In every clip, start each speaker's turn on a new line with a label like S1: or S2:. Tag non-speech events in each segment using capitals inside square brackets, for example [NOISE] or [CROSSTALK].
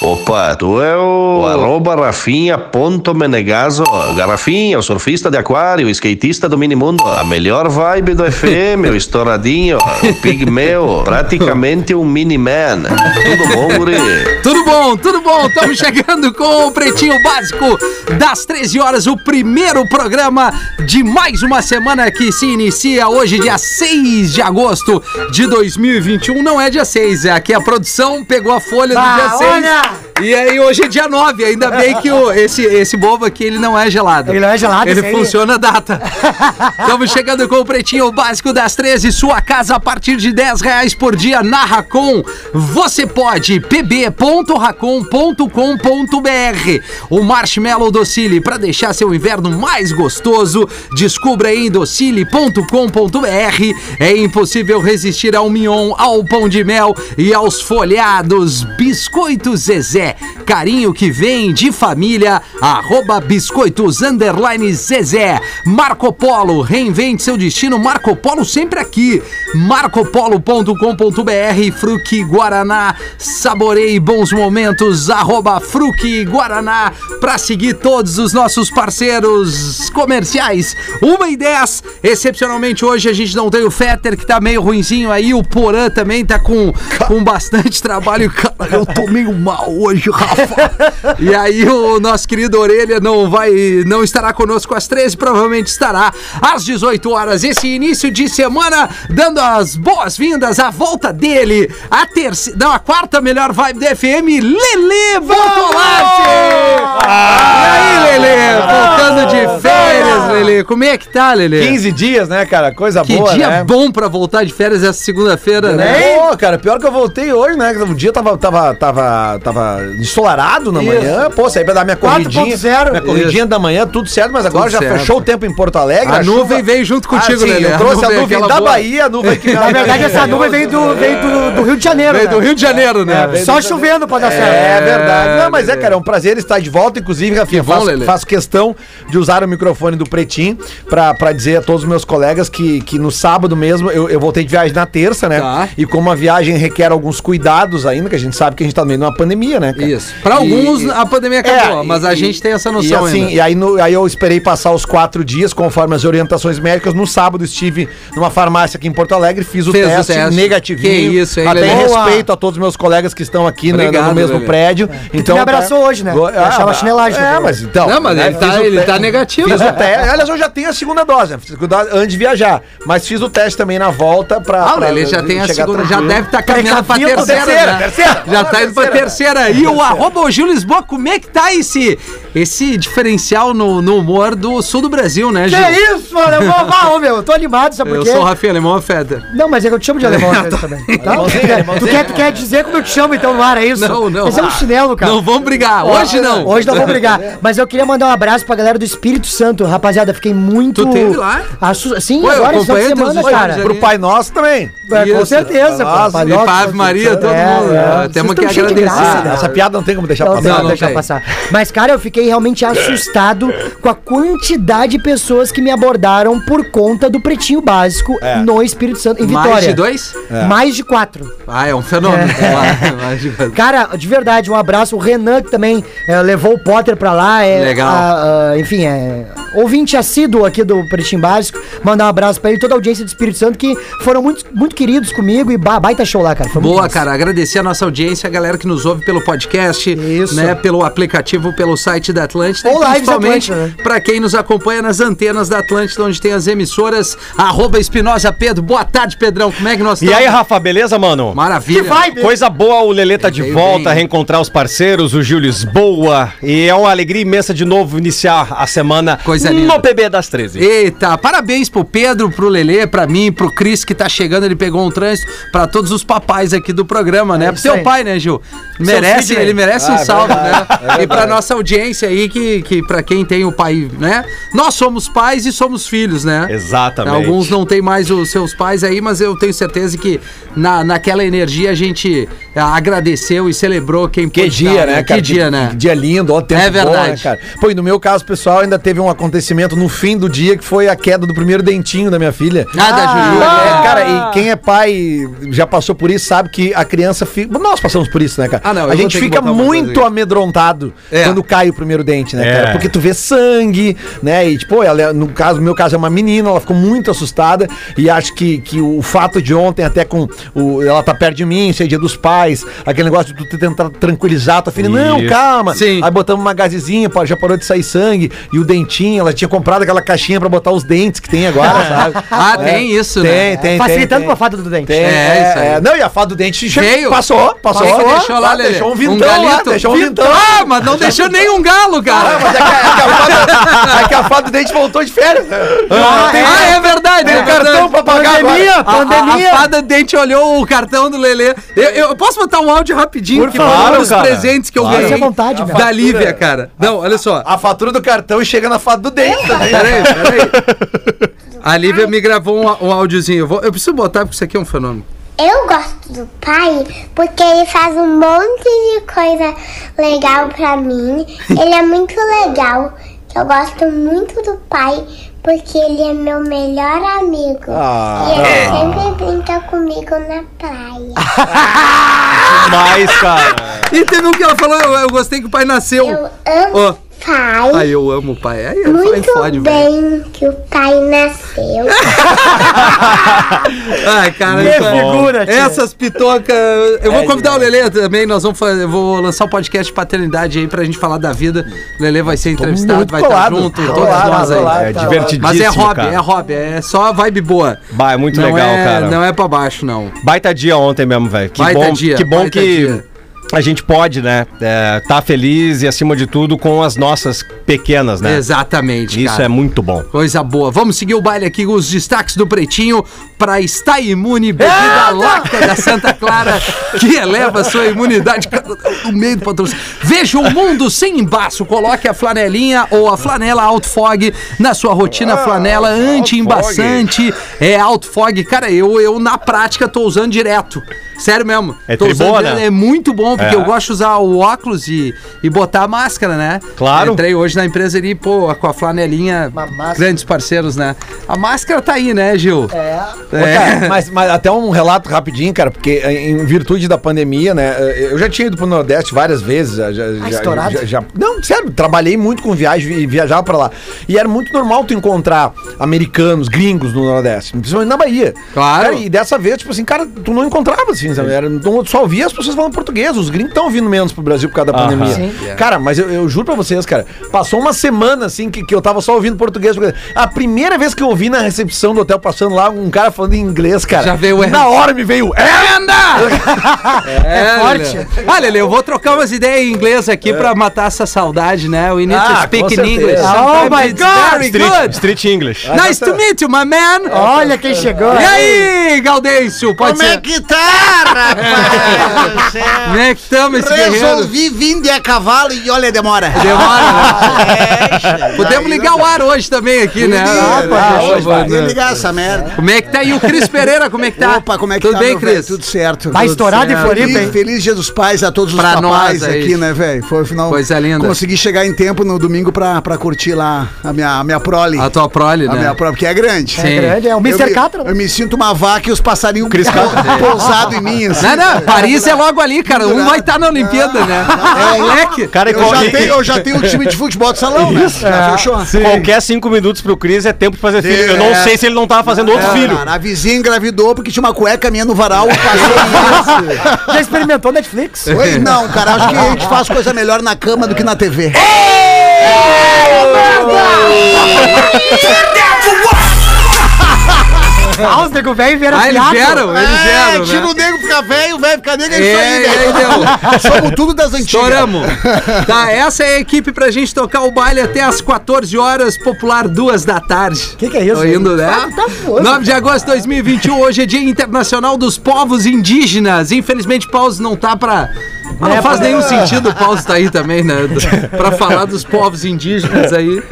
S1: Opa, tu é o, arroba Rafinha ponto Menegaso. Garrafinha, o surfista de aquário, o skatista do minimundo. A melhor vibe do FM, o estouradinho, o pigmeu, praticamente um mini-man. Tudo bom, guri?
S2: Tudo bom, tudo bom. Estamos chegando com o Pretinho Básico das 13 horas, o primeiro programa de mais uma semana que se inicia hoje, dia 6 de agosto de 2021. Não é dia 6, é aqui a produção pegou a folha do dia 6. E aí hoje é dia 9, ainda bem que o- esse, esse bobo aqui ele não é gelado.
S3: Ele não é gelado,
S2: Ele
S3: esse aí.
S2: funciona a
S3: [LAUGHS]
S2: data. Estamos chegando com o Pretinho Básico das 13, sua casa a partir de 10 reais por dia na Racon. Você pode, pb.racon.com.br. O Marshmallow Docile, para deixar seu inverno mais gostoso, descubra em docile.com.br. É impossível resistir ao mignon, ao pão de mel e aos folhados. Biscoito Zezé, carinho que vem de família, arroba biscoitos underline Zezé. Marco Polo, reinvente seu destino, Marco Polo sempre aqui. marcopolo.com.br, Fruque Guaraná, saborei bons momentos, arroba Fruque Guaraná, para seguir todos os nossos parceiros comerciais. 1 e 10, excepcionalmente hoje a gente não tem o Fetter, que tá meio ruinzinho aí, o Porã também tá com, com bastante trabalho. Cara, eu tô meio mal hoje, Rafa. E aí o nosso querido Orelha não vai, não estará conosco às 13, provavelmente estará às 18 horas. Esse início de semana dando as boas-vindas à volta dele, a terceira, não, a quarta melhor vibe da FM, Lele Bortolassi! E aí, Lele, voltando de férias, Lele, como é que tá, Lele?
S3: 15 dias, né, cara? Coisa
S2: Que
S3: boa,
S2: dia
S3: né?
S2: bom pra voltar de férias essa segunda-feira, né?
S3: Pô, cara, pior que eu voltei hoje, né? O dia tava, tava, tava, tava ensolarado na manhã. Pô, saí pra dar minha corridinha.
S4: 4.0.
S3: Minha corridinha da manhã, tudo certo, mas agora já
S2: certo.
S3: fechou o tempo em Porto Alegre.
S2: A nuvem
S3: chuva-
S2: veio junto
S3: ah,
S2: contigo,
S3: sim,
S2: Lelê.
S3: Eu trouxe a nuvem,
S2: aquela
S3: da
S2: boa.
S3: Bahia, a nuvem que [LAUGHS]
S4: Na verdade, essa nuvem veio do, veio do, do Rio de Janeiro.
S2: Veio
S4: né?
S2: do Rio de Janeiro, né?
S3: veio
S4: Só chovendo pra dar
S3: É
S4: certo.
S3: verdade. Não, mas é, cara, é um prazer estar de volta. Inclusive, Rafinha,
S2: bom,
S3: faço,
S2: Lelê.
S3: faço questão de usar o microfone do Pretinho pra, pra dizer a todos os meus colegas que, que no sábado mesmo, eu, eu voltei de viagem na terça, né?
S2: Tá.
S3: E como a viagem requer alguns cuidados ainda, que a gente sabe que a gente tá no meio de uma pandemia, né? cara?
S2: Isso. Pra
S3: E-
S2: alguns, né?
S3: e- É,
S2: a pandemia acabou, mas a gente tem essa noção
S3: e assim,
S2: ainda.
S3: E aí, no- aí eu esperei passar os quatro dias, conforme as orientações médicas. No sábado estive numa farmácia aqui em Porto Alegre, fiz o,
S2: Fez o
S3: teste,
S2: teste.
S3: negativinho.
S2: Que isso, hein,
S3: Até em
S2: Lelê? Boa.
S3: respeito a todos os meus colegas que estão aqui na-
S2: Obrigado,
S3: no mesmo
S2: Lelê.
S3: prédio. Então,
S4: me abraçou
S3: tá-
S4: hoje, né?
S3: Go-
S4: Eu achava
S3: ah,
S4: chinelagem,
S3: É,
S4: né?
S3: mas então...
S2: Não, mas
S3: né,
S2: ele tá-
S3: fiz o
S2: ele
S3: te-
S2: tá negativo,
S3: Fiz
S2: né?
S3: o teste. Aliás, eu já tenho a segunda dose, né? Fiz a dose antes de viajar. Mas fiz o teste também na volta pra...
S2: Ah, o
S3: pra
S2: Lelê já tem a
S3: chegar
S2: segunda, já
S3: tranquilo. Tá
S2: deve estar caminhando pra
S4: Precavido,
S2: terceira,
S3: terceira,
S2: né?
S3: terceira.
S2: Já tá indo pra
S3: Terceira.
S2: terceira. E o arroba o Gil Lisboa, como é que tá esse, esse diferencial no, no humor do sul do Brasil, né, Gil?
S4: Que isso, mano? Eu,
S2: [LAUGHS]
S4: vou, bah, ô, meu, eu tô animado, sabe por
S2: Eu
S4: quê?
S2: sou o Rafinha Alemão Feder.
S4: Não, mas é que eu te chamo de
S2: [LAUGHS]
S4: alemão às vezes também. Tá?
S3: Alemãozinho,
S4: Tu,
S3: alemãozinho.
S4: quer, tu quer dizer como eu te chamo então no ar, é isso?
S2: Não, não.
S4: Mas é um chinelo, cara.
S2: Não vamos brigar, hoje não.
S4: Hoje não
S2: [LAUGHS]
S4: vou brigar. Mas eu queria mandar um abraço pra galera do Espírito Santo, rapaziada. Fiquei muito.
S2: Tu teve lá?
S4: Assu... Sim,
S2: Pô, eu
S4: agora essa
S2: acompanhei teus
S4: semana,
S2: stories
S4: cara.
S2: ali.
S3: Pro Pai Nosso também.
S4: É, com
S2: Isso.
S3: Nossa,
S4: certeza, papai
S2: E
S4: nosso,
S2: pra Ave
S4: com
S2: Maria, todo
S4: certeza.
S2: mundo. né?
S4: é, Vocês
S2: Temos que
S4: tão cheio de graça,
S2: agradecer. Ah,
S4: né?
S5: Ah,
S3: Essa piada não tem como deixar
S4: Não,
S3: passar.
S4: não,
S2: não
S4: deixa
S2: tem.
S4: passar. Mas, cara, eu fiquei realmente assustado com a quantidade de pessoas que me abordaram por conta do Pretinho Básico no Espírito Santo, em Vitória.
S2: Mais de dois?
S4: Mais de quatro.
S2: Ah, é um fenômeno. Mais de dois.
S4: Cara, de verdade, um abraço. O Renan, que também é, levou o Potter pra lá. É,
S2: Legal.
S4: a- a- enfim, é ouvinte assíduo aqui do Pretinho Básico. Mandar um abraço pra ele, toda a audiência do Espírito Santo, que foram muito, muito queridos comigo e ba- baita show lá, cara. Foi muito
S2: Boa,
S4: massa.
S2: cara. Agradecer a nossa audiência, a galera que nos ouve pelo podcast,
S4: Isso.
S2: né, pelo aplicativo, pelo site da Atlântida.
S4: Ou
S2: e
S4: lives
S2: principalmente
S4: Atlântida, né?
S2: pra quem nos acompanha nas antenas da Atlântida, onde tem as emissoras. Arroba Espinosa Pedro. Boa tarde, Pedrão. Como é que nós
S5: E aí, Rafa, beleza, mano?
S2: Maravilha.
S4: Que vibe!
S5: Coisa boa, o Lelê tá de
S2: Veio
S5: volta,
S2: bem.
S5: reencontrar os parceiros, o Gil Lisboa. E é uma alegria imensa de novo iniciar a semana
S2: Coisa
S5: no
S2: linda.
S5: PB das 13.
S2: Eita, parabéns pro Pedro, pro Lelê, pra mim, pro Cris que tá chegando, ele pegou um trânsito, pra todos os papais aqui do programa,
S3: É
S2: né? Pro
S4: isso
S2: seu
S4: aí.
S2: pai, né, Gil? Merece,
S5: Sidney.
S2: ele merece um
S3: Ah, é
S2: salve,
S3: verdade, é
S2: né? e
S3: verdade.
S2: pra nossa audiência aí, que, que pra quem tem o pai, né? Nós somos pais e somos filhos, né?
S5: Exatamente.
S2: Alguns não têm mais os seus pais aí, mas eu tenho certeza que na, naquela energia a gente ah, agradeceu e celebrou quem
S3: Que
S2: pôde
S3: dia,
S2: dar,
S3: né,
S2: Que
S3: cara?
S2: dia, né?
S3: Que dia lindo, ó, tempo né,
S2: É verdade.
S3: cara? Pô, e no meu caso, pessoal, ainda teve um acontecimento no fim do dia que foi a queda do primeiro dentinho da minha filha.
S2: Ah, da Juju.
S3: É, cara, e quem é pai já passou por isso sabe que a criança fica. Nós passamos por isso, né, cara?
S2: Ah, não, eu
S3: a
S2: vou
S3: gente
S2: ter que
S3: fica
S2: botar uma coisa
S3: muito
S2: aqui.
S3: amedrontado
S2: É.
S3: quando cai o primeiro dente, né, cara?
S5: É.
S3: Porque tu vê sangue, né? E, tipo, ela, é- no caso, no meu caso é uma menina, ela ficou muito assustada. E acho que, que o fato de ontem, até com. O, ela tá perto de mim, isso é dia dos pais, aquele negócio de tu tentar tranquilizar tua filha. Não,
S5: Isso.
S3: calma.
S2: Sim.
S3: Aí botamos uma gazezinha, pá, já parou de sair sangue. E o dentinho, ela tinha comprado aquela caixinha pra botar os dentes que
S2: [LAUGHS]
S3: tem agora, sabe? É.
S2: Ah, tem isso, né?
S3: Tem, tem,
S4: Facilitando
S3: tem,
S4: com a fada do dente.
S3: tem,
S2: É,
S3: é,
S2: isso aí.
S3: é. Não, e a fada do dente chegou,
S2: Veio.
S3: passou, passou.
S2: Passou, deixou lá,
S3: Ah,
S2: Lelê.
S3: deixou um vintão lá,
S2: galito.
S3: deixou um vintão.
S2: Ah, mas não deixou nenhum galo,
S3: Ah,
S2: cara.
S3: mas é que, é, que a fada, é que a fada do dente voltou de férias. né?
S2: Ah,
S3: tem-
S2: é verdade.
S3: tem
S2: é verdade.
S3: cartão pra pagar
S2: pandemia,
S3: agora.
S2: pandemia. A, a fada dente olhou o cartão do Lelê. Eu, eu posso botar um áudio rapidinho
S3: Por
S2: que
S3: favor,
S2: fala dos
S3: cara.
S2: presentes que eu
S4: Claro.
S2: ganhei
S4: Fique à vontade,
S2: da
S4: meu.
S2: Lívia, cara. Não, olha só.
S3: A fatura do cartão chega na fada do dente
S5: [LAUGHS]
S3: também.
S2: Peraí, peraí. A Lívia me gravou um, um áudiozinho. Eu, vou- eu preciso botar porque isso aqui é um fenômeno.
S6: Eu gosto do pai porque ele faz um monte de coisa legal pra
S2: [LAUGHS]
S6: mim. Ele é muito legal. Eu gosto muito do pai porque ele é meu melhor amigo. e ele
S2: Ah.
S6: sempre brinca comigo na praia.
S5: Demais, cara.
S2: E teve um que ela falou, eu, eu gostei que o pai nasceu.
S6: Eu amo
S2: Ó.
S6: o pai.
S2: Ai, eu amo o pai. Aí, aí
S6: muito
S2: fode, velho.
S6: bem que o pai
S2: [LAUGHS]
S6: nasceu.
S2: Ai, cara,
S4: Que
S2: isso é-
S4: figura, tia.
S2: essas pitocas. Eu
S3: É
S2: vou convidar o Lelê também. Nós vamos fazer, eu vou lançar o podcast Paternidade aí pra gente falar da vida. O Lelê vai ser entrevistado,
S3: muito
S2: vai estar
S3: colado.
S2: junto, todos
S3: Colado,
S2: nós aí.
S3: colado.
S5: É divertidíssimo,
S2: Mas é hobby,
S5: cara.
S2: é hobby, é só vibe boa.
S5: Bah, é muito
S2: não
S5: legal,
S2: é,
S5: cara.
S2: Não é pra baixo, não.
S5: Baita dia ontem mesmo, velho. Que
S2: Baita
S5: bom,
S2: dia,
S5: que, bom
S2: baita
S5: que
S2: dia.
S5: a gente pode, né? é, tá feliz e, acima de tudo, com as nossas pequenas, né?
S2: Exatamente,
S5: Isso
S2: cara.
S5: é muito bom.
S2: Coisa boa. Vamos seguir o baile aqui com os destaques do Pretinho para estar imune, bebida láctea da Santa Clara, que eleva sua imunidade Cara, no meio do patrocínio. Veja o mundo sem embaço. Coloque a flanelinha ou a flanela Outfog na sua
S5: Ah,
S2: rotina. Flanela anti-embaçante. É Outfog. Cara, eu, eu na prática tô usando direto. Sério mesmo.
S5: É
S2: tô usando
S5: triboa,
S2: direto.
S5: né?
S2: É muito bom, porque
S5: É.
S2: eu gosto de usar o óculos e, e botar a máscara, né?
S5: Claro.
S2: Entrei hoje na empresa ali, pô, com a flanelinha.
S4: Uma máscara.
S2: Grandes parceiros, né? A máscara tá aí, né, Gil?
S4: É.
S3: Ô,
S2: É.
S3: cara, mas, mas até um relato rapidinho, cara, porque eh, em virtude da pandemia, né? eh, Eu já tinha ido pro Nordeste várias vezes. Já, já, já-
S4: estourado?
S3: já- já- não, sério, trabalhei muito com viagem e viajava pra lá. E era muito normal tu encontrar americanos, gringos no Nordeste, principalmente na Bahia.
S2: Claro.
S3: Cara, e dessa vez, tipo assim, cara, tu não encontrava assim, sabe? Era, tu só ouvia as pessoas falando português. Os gringos estão vindo menos pro Brasil por causa da
S5: Aham.
S3: pandemia.
S4: Sim.
S3: Cara, mas eu, eu juro pra vocês, cara, passou uma semana assim que, que eu tava só ouvindo português, português. A primeira vez que eu ouvi na recepção do hotel passando lá, um cara falando em inglês, cara.
S2: Já veio o Ah,
S3: Na hora me veio. É!
S2: Anda! [LAUGHS] É,
S4: forte.
S2: Lelê. Ah, Lelê, eu vou trocar umas ideias em inglês aqui pra matar essa saudade, né? We need
S3: É.
S2: to
S3: Ah, com
S2: speak in
S3: certeza.
S2: English.
S3: Oh
S2: Sometimes
S4: my
S2: it's
S4: God!
S2: Very
S5: Street,
S2: good!
S5: Street English.
S2: Nice to meet you, my man!
S4: Olha quem chegou.
S2: E aí, Gaudêncio? Pode
S7: é Como é
S2: ser?
S7: que tá, [LAUGHS] rapaz? do céu?
S2: Como é que estamos, esse guerreiro?
S7: Resolvi vir de a cavalo e olha, demora.
S2: Demora, né?
S7: É,
S2: Podemos
S7: daí
S2: ligar
S7: não-
S2: o ar hoje também aqui, né?
S7: Ah,
S2: Ah,
S7: pode,
S2: hoje vai,
S7: pode
S2: né?
S7: ligar essa merda.
S2: Como é que tá aí o Cris Pereira? Como é que tá?
S7: Opa, como é que
S2: Tudo
S7: tá,
S2: bem,
S7: meu velho?
S2: Cris?
S7: Tudo certo.
S4: Vai
S7: tudo
S4: estourar de
S7: certo.
S4: Floripa, hein?
S7: Feliz, feliz Dia dos Pais a todos os
S2: Pra
S7: papais
S2: nós aí.
S7: aqui, né, velho? Foi o final.
S2: Coisa linda.
S7: Consegui chegar em tempo no domingo pra, pra curtir lá a minha, a minha prole.
S2: A tua prole,
S7: A
S2: né?
S7: minha prole, que é grande.
S2: Sim.
S4: É grande, é o
S7: Eu
S4: Mr.
S7: me-
S4: Catra.
S7: Eu me sinto uma vaca e os passarinhos [LAUGHS] pousado em mim. assim.
S2: Não, não, Paris é logo ali, cara. Um
S7: Não.
S2: vai estar na Olimpíada, né? É o leque.
S5: Cara,
S7: Eu já, tenho, eu já tenho o time de futebol de
S2: É
S7: salão, né? Já fechou.
S5: Qualquer cinco minutos pro Cris é tempo de fazer filho. Eu não sei se ele não tava fazendo outro
S7: É,
S5: filho.
S7: cara, a vizinha engravidou porque tinha uma cueca minha no varal.
S2: [LAUGHS]
S7: eu Passei isso.
S4: Já experimentou Netflix?
S7: Oi, não, cara, acho que a gente faz coisa melhor na cama do que na TV.
S4: Ah, os nego velho vieram
S2: Ah, eles
S4: fiado.
S2: vieram, eles
S7: É,
S2: vieram,
S7: tira
S2: né?
S7: o nego, fica velho, velho, fica nego, é
S2: É,
S7: isso aí,
S2: é,
S7: velho.
S2: entendeu? [LAUGHS]
S7: Somos tudo das antigas.
S2: Estouramos. Tá, essa é a equipe pra gente tocar o baile até as 14 horas, popular duas da tarde.
S4: Que que é isso,
S2: Tô indo,
S4: gente?
S2: né?
S4: Ah, tá foda.
S2: 9 de agosto de 2021, hoje é Dia Internacional dos Povos Indígenas. Infelizmente, Paulo não tá pra... Mas não
S4: É,
S2: faz
S4: pra-
S2: nenhum sentido o Paulo tá aí [LAUGHS] também, né? Pra falar dos povos indígenas aí.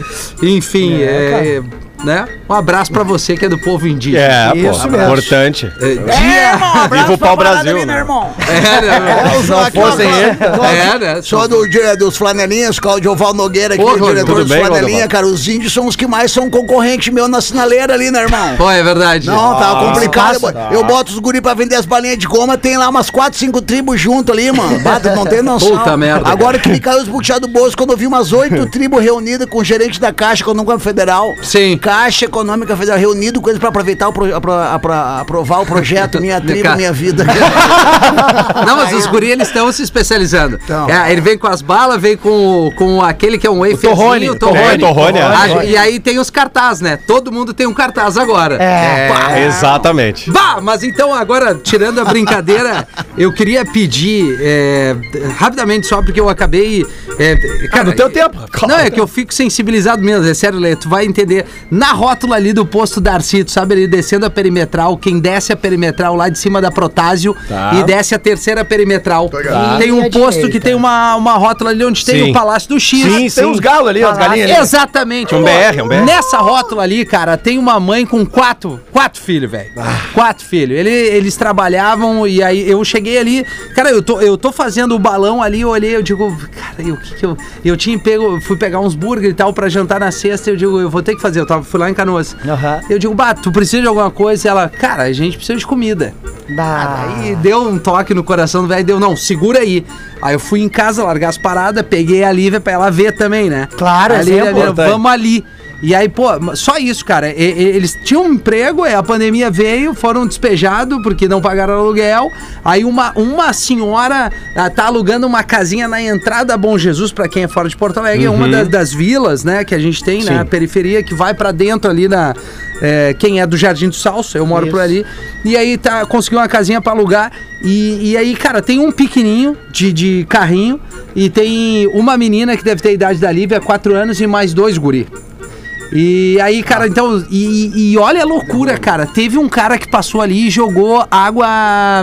S2: Enfim, é... né? Um abraço pra você que é do povo indígena.
S5: É,
S4: Isso
S5: pô,
S4: mesmo.
S5: importante.
S2: É,
S4: um
S2: dia...
S5: Viva o pau-brasil, né?
S7: irmão?
S2: É, né?
S7: É,
S3: não fossem ele.
S2: É, né?
S7: Só do, di- dos flanelinhas, Claudio Val Nogueira aqui,
S2: Ô, Claudio,
S7: diretor
S5: tudo
S7: dos
S5: bem,
S7: flanelinha,
S5: Claudio?
S7: cara. Os índios são os que mais são concorrente meu na sinaleira ali, né, irmão?
S2: Pô, é verdade.
S7: Não, tá complicado.
S4: passa.
S7: mano. Eu boto os guri pra vender as balinhas de goma, tem lá umas 4, 5 tribos junto ali, mano. Bata, não tem noção.
S2: Puta merda, cara.
S7: Agora que me caiu os buchados do bolso, quando eu vi umas
S2: [LAUGHS]
S7: 8 tribos reunidas com o gerente da Caixa Econômica Federal.
S2: Sim.
S7: Caixa Econômica Federal, reunido com eles pra aproveitar, o pro, pra, pra aprovar o projeto
S2: [LAUGHS]
S7: Minha Tribo,
S2: Cara.
S7: Minha Vida.
S2: Não, mas os guri, eles estão se especializando. É, ele vem com as balas, vem com, o- com aquele que é um waferzinho,
S3: torrone,
S2: o
S5: É, torrone, é.
S2: Ah, E aí tem os cartaz, né? Todo mundo tem um cartaz agora.
S4: É.
S5: Exatamente.
S2: Bah, mas então agora, tirando a brincadeira, eu queria pedir é, rapidamente só porque eu acabei. É, cara,
S3: Ah, no teu tempo,
S2: Não, é que eu fico sensibilizado mesmo, é sério, Lê, tu vai entender. Na rótula ali do posto Darcy, tu sabe, ele descendo a perimetral, quem desce a perimetral lá de cima da Protásio
S5: Tá.
S2: e desce a terceira perimetral. Tem
S4: E
S2: um
S4: à
S2: posto que
S4: direita.
S2: tem uma, uma rótula ali onde tem
S5: Sim.
S2: o Palácio do X.
S3: Tem uns galos ali,
S7: Ah,
S3: umas galinhas
S2: né?
S3: ali.
S2: Exatamente.
S5: Um
S2: Pô,
S5: BR, um BR.
S2: Nessa rótula ali, cara, tem uma mãe com quatro, quatro filhos, velho. Quatro filhos. Ele- eles trabalhavam e aí eu cheguei ali, cara, eu tô, eu tô fazendo o balão ali, eu olhei, eu digo, cara, eu, que que eu, eu tinha pego, eu fui pegar uns burger e tal pra jantar na sexta, eu digo, eu vou ter que fazer, eu tava, fui lá em Canoas.
S4: Aham.
S2: Eu digo, bah, tu precisa de alguma coisa? Ela, cara, a gente precisa de comida.
S4: Bah.
S2: Aí deu um toque no coração do velho, deu, não, segura aí. Aí eu fui em casa largar as paradas, peguei a Lívia pra ela ver também, né?
S4: Claro,
S2: a Lívia,
S4: exemplo.
S2: Lívia, vamos ali. E aí, pô, só isso, cara. E- e- eles tinham um emprego, é, a pandemia veio, foram despejados porque não pagaram aluguel. Aí uma, uma senhora ah, tá alugando uma casinha na entrada Bom Jesus, pra quem é fora de Porto Alegre, é uma da- das, vilas, né, que a gente tem, né, a periferia, que vai pra dentro ali na... é, quem é do Jardim do Salso, eu moro por ali. E aí tá, conseguiu uma casinha pra alugar. E, e aí, cara, tem um pequenininho de, de carrinho e tem uma menina que deve ter a idade da Lívia, 4 anos, e mais dois guri. E aí, cara, então. E, e olha a loucura, cara. Teve um cara que passou ali e jogou água.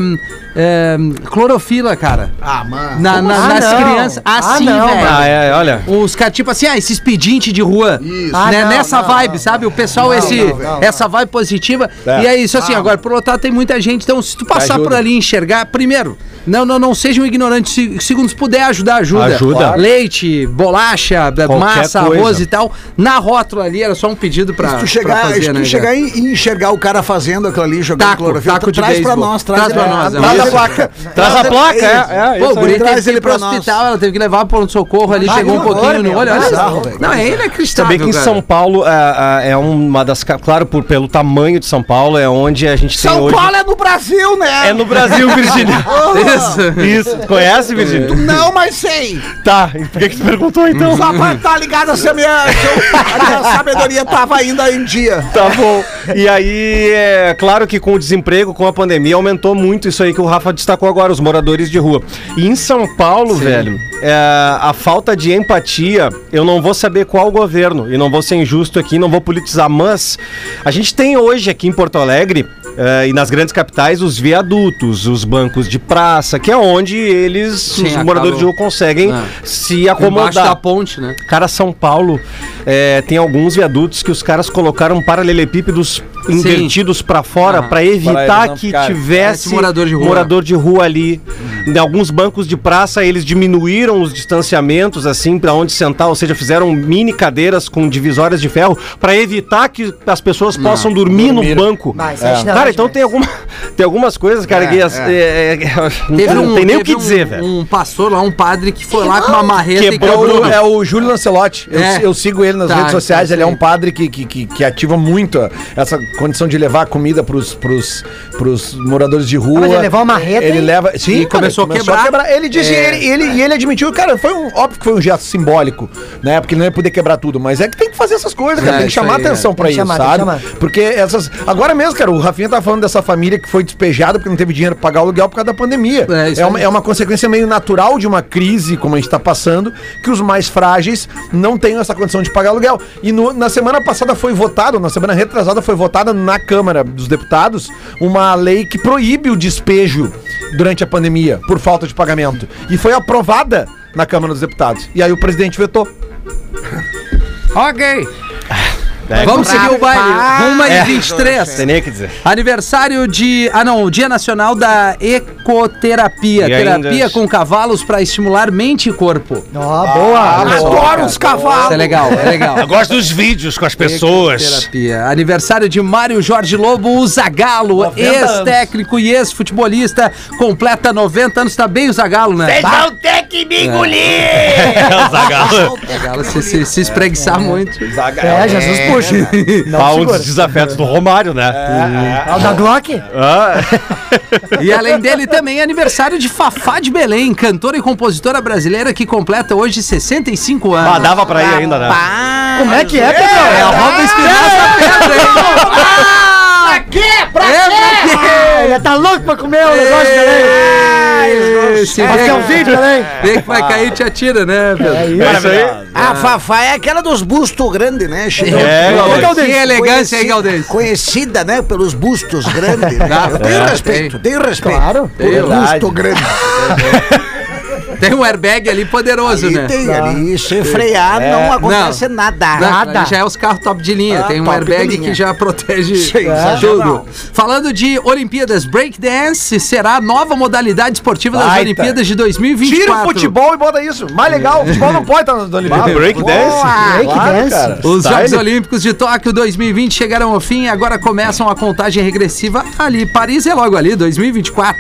S2: hum, é, clorofila, cara. Ah, mano. Na, na-
S4: Ah,
S2: nas
S4: não.
S2: crianças.
S4: Ah,
S2: Assim,
S4: não,
S2: velho.
S5: Ah, é, olha.
S2: Os caras, tipo assim, ah, esses pedintes de rua. Isso.
S4: Ah, não,
S2: nessa
S4: não,
S2: vibe,
S4: não,
S2: sabe? O pessoal, esse, essa vibe positiva. E é isso, assim, agora, por outro lado, tem muita gente. Então, se tu passar por ali e enxergar, primeiro, não, não, não seja um ignorante. Se- Segundo, se puder ajudar, ajuda.
S5: Ajuda. Claro.
S2: Leite, bolacha, massa,
S5: coisa.
S2: arroz e tal. Na rótula ali, era só um pedido pra.
S7: Se [LAUGHS] tu
S2: pra
S7: chegar,
S2: fazer,
S7: se tu
S2: né,
S7: chegar e e enxergar o cara fazendo aquilo ali, jogando
S2: Taco,
S7: clorofila,
S2: taco de
S7: traz pra
S2: beisebol.
S7: nós, traz,
S2: Traz pra nós, é.
S7: traz a
S2: Isso.
S7: placa.
S5: Traz a placa, é, é.
S2: Pô, o
S5: isso aí.
S2: guri teve
S7: Traz
S2: que
S7: ele
S2: ir pro
S7: pra nós.
S2: hospital, ela teve que levar pro pronto-socorro ali, chegou um
S4: que horror,
S2: pouquinho no
S4: meu,
S2: olho. Olha
S7: bizarro,
S2: só.
S7: velho,
S2: Não, é inacreditável.
S5: Saber que em
S2: cara.
S5: São Paulo ah, ah, é, uma das. ca- Claro, por, pelo tamanho de São Paulo, é onde a gente tem hoje.
S7: é no Brasil, né?
S5: É no Brasil,
S7: [LAUGHS]
S5: Virgínia.
S2: [LAUGHS] Isso.
S5: Isso. Conhece, Virgínia?
S7: Não, mas sei.
S5: Tá. E por que, que tu perguntou então?
S7: Só pra estar ligado se a minha, se eu- a minha sabedoria tava ainda em dia.
S5: Tá bom. E aí, é claro que com o desemprego, com a pandemia, aumentou muito isso aí que o Rafa destacou agora, os moradores de rua. E em São Paulo, velho, é, a falta de empatia, eu não vou saber qual governo, e não vou ser injusto aqui, não vou politizar, mas a gente tem hoje aqui em Porto Alegre é, e nas grandes capitais os viadutos, os bancos de praça, que é onde eles, os
S2: acaba-
S5: moradores de rua, conseguem
S2: Ah.
S5: se acomodar.
S2: Embaixo da ponte, né?
S5: Cara, São Paulo é, tem alguns viadutos que os caras colocaram paralelepípedos invertidos pra fora
S2: Aham.
S5: pra evitar
S3: eles não
S5: que
S3: ficarem.
S5: tivesse
S2: Tivesse É, tipo morador de rua.
S5: morador de rua ali. Em alguns bancos de praça eles diminuíram os distanciamentos assim pra onde sentar, ou seja, fizeram mini cadeiras com divisórias de ferro pra evitar que as pessoas possam dormir,
S3: dormir.
S5: no banco.
S4: Bah, isso é chinelagem,
S5: Cara, então
S4: né?
S5: tem, alguma, [LAUGHS] tem algumas coisas, cara, que as- é, é, [LAUGHS] não tem- não tem nem o que
S2: teve um-
S5: dizer, velho.
S2: Um pastor lá, um padre que foi lá com uma marreta
S3: É
S5: Quebrou
S3: o,
S2: quebrou.
S3: é o Júlio Lancelotti. Eu,
S2: É.
S3: eu sigo ele nas
S2: Tá,
S3: redes sociais.
S2: tá,
S3: ele é
S2: sim.
S3: um padre que, que, que, que ativa muito a- essa condição de levar comida pros, pros, pros moradores de rua.
S4: mas ele levou uma marreta,
S3: Ele
S4: hein?
S3: leva. Sim, cara,
S2: começou a quebrar.
S3: Ele disse,
S2: É.
S3: ele, ele, e ele admitiu, cara, foi um. Óbvio que foi um gesto simbólico, né? Porque ele não ia poder quebrar tudo, mas é que tem que fazer essas coisas, cara.
S2: É,
S3: tem que
S2: isso
S3: chamar
S2: aí,
S3: atenção
S2: é.
S3: pra
S4: Tem que
S3: isso,
S4: chamar, tem
S3: sabe?
S4: que chamar.
S3: Porque essas. Agora mesmo, cara, o Rafinha tá falando dessa família que foi despejada porque não teve dinheiro pra pagar o aluguel por causa da pandemia.
S2: É, isso
S3: É, uma,
S2: aí.
S3: é uma consequência meio natural de uma crise, como a gente tá passando, que os mais frágeis não tenham essa condição de pagar aluguel. E no- na semana passada foi votado, na semana retrasada foi votada na Câmara dos Deputados uma lei que proíbe o despejo durante a pandemia por falta de pagamento. E foi aprovada na Câmara dos Deputados. E aí o presidente vetou.
S2: Ok.
S5: É,
S2: Vamos seguir o baile.
S4: Ah,
S2: 1 e
S5: é.
S2: 23.
S5: Tem nem o que dizer.
S2: Aniversário de. Ah, não, Dia Nacional da Ecoterapia.
S5: E ainda-
S2: terapia com cavalos para estimular mente e corpo.
S4: Ó,
S5: Ah,
S4: boa.
S7: Adoro os
S2: Isso
S7: cavalos.
S2: é legal, é legal. [LAUGHS]
S5: Eu gosto dos vídeos com as pessoas.
S2: Terapia. Aniversário de Mário Jorge Lobo, o Zagalo, ex-técnico e ex-futebolista, completa 90 anos, tá bem o Zagalo, né? Bah,
S5: [LAUGHS] É,
S4: um
S2: o Zagalo se, se, se espreguiçar muito.
S4: É, Jesus puxa. Não
S5: Há um
S4: segura.
S5: dos desafetos do Romário, né?
S4: Ah, o da Glock?
S2: E além dele também é aniversário de Fafá de Belém, cantora e compositora brasileira que completa hoje 65 anos.
S5: Ah, dava pra ir ainda, né?
S4: Como é que é,
S2: É, é
S4: Pedro?
S2: a Roda Espinosa Pedro, hein?
S7: Pra quê? Pra
S2: É pra quê?
S4: Ele tá louco pra comer o
S2: É.
S4: negócio também.
S2: Se
S4: Mas
S2: vê-
S3: é
S4: tem um vídeo também.
S2: Vê que vai cair, te atira, né, Pedro?
S5: É isso aí.
S7: A Fafá é aquela dos bustos grandes, né? Chega-
S5: É,
S2: Que
S5: Galdêncio.
S2: elegância, hein,
S7: Conhecida,
S2: Galdêncio?
S7: conhecida, né, pelos bustos grandes. né?
S2: Ah,
S7: Eu tenho
S2: é,
S7: respeito, tenho respeito.
S4: Claro.
S7: Por busto grande.
S2: Tem um airbag ali poderoso, né?
S7: E tem ali, se frear, não acontece nada.
S2: Não, ali Já é os carros top de linha.
S7: Ah,
S2: Tem um
S7: top
S2: airbag
S7: de linha.
S2: que já protege
S7: [LAUGHS]
S2: tudo.
S7: Sensacional.
S2: Falando de Olimpíadas, breakdance será a nova modalidade esportiva das
S3: Baita.
S2: Olimpíadas de
S3: Tira o
S2: 2024.
S3: futebol e bota isso. Mais legal, o futebol não pode estar no Olimpíada.
S4: Break dance.
S2: Os
S7: Tá
S2: Jogos Olímpicos de Tóquio 2020 chegaram ao fim e agora começam a contagem regressiva ali. Paris é logo ali, 2024.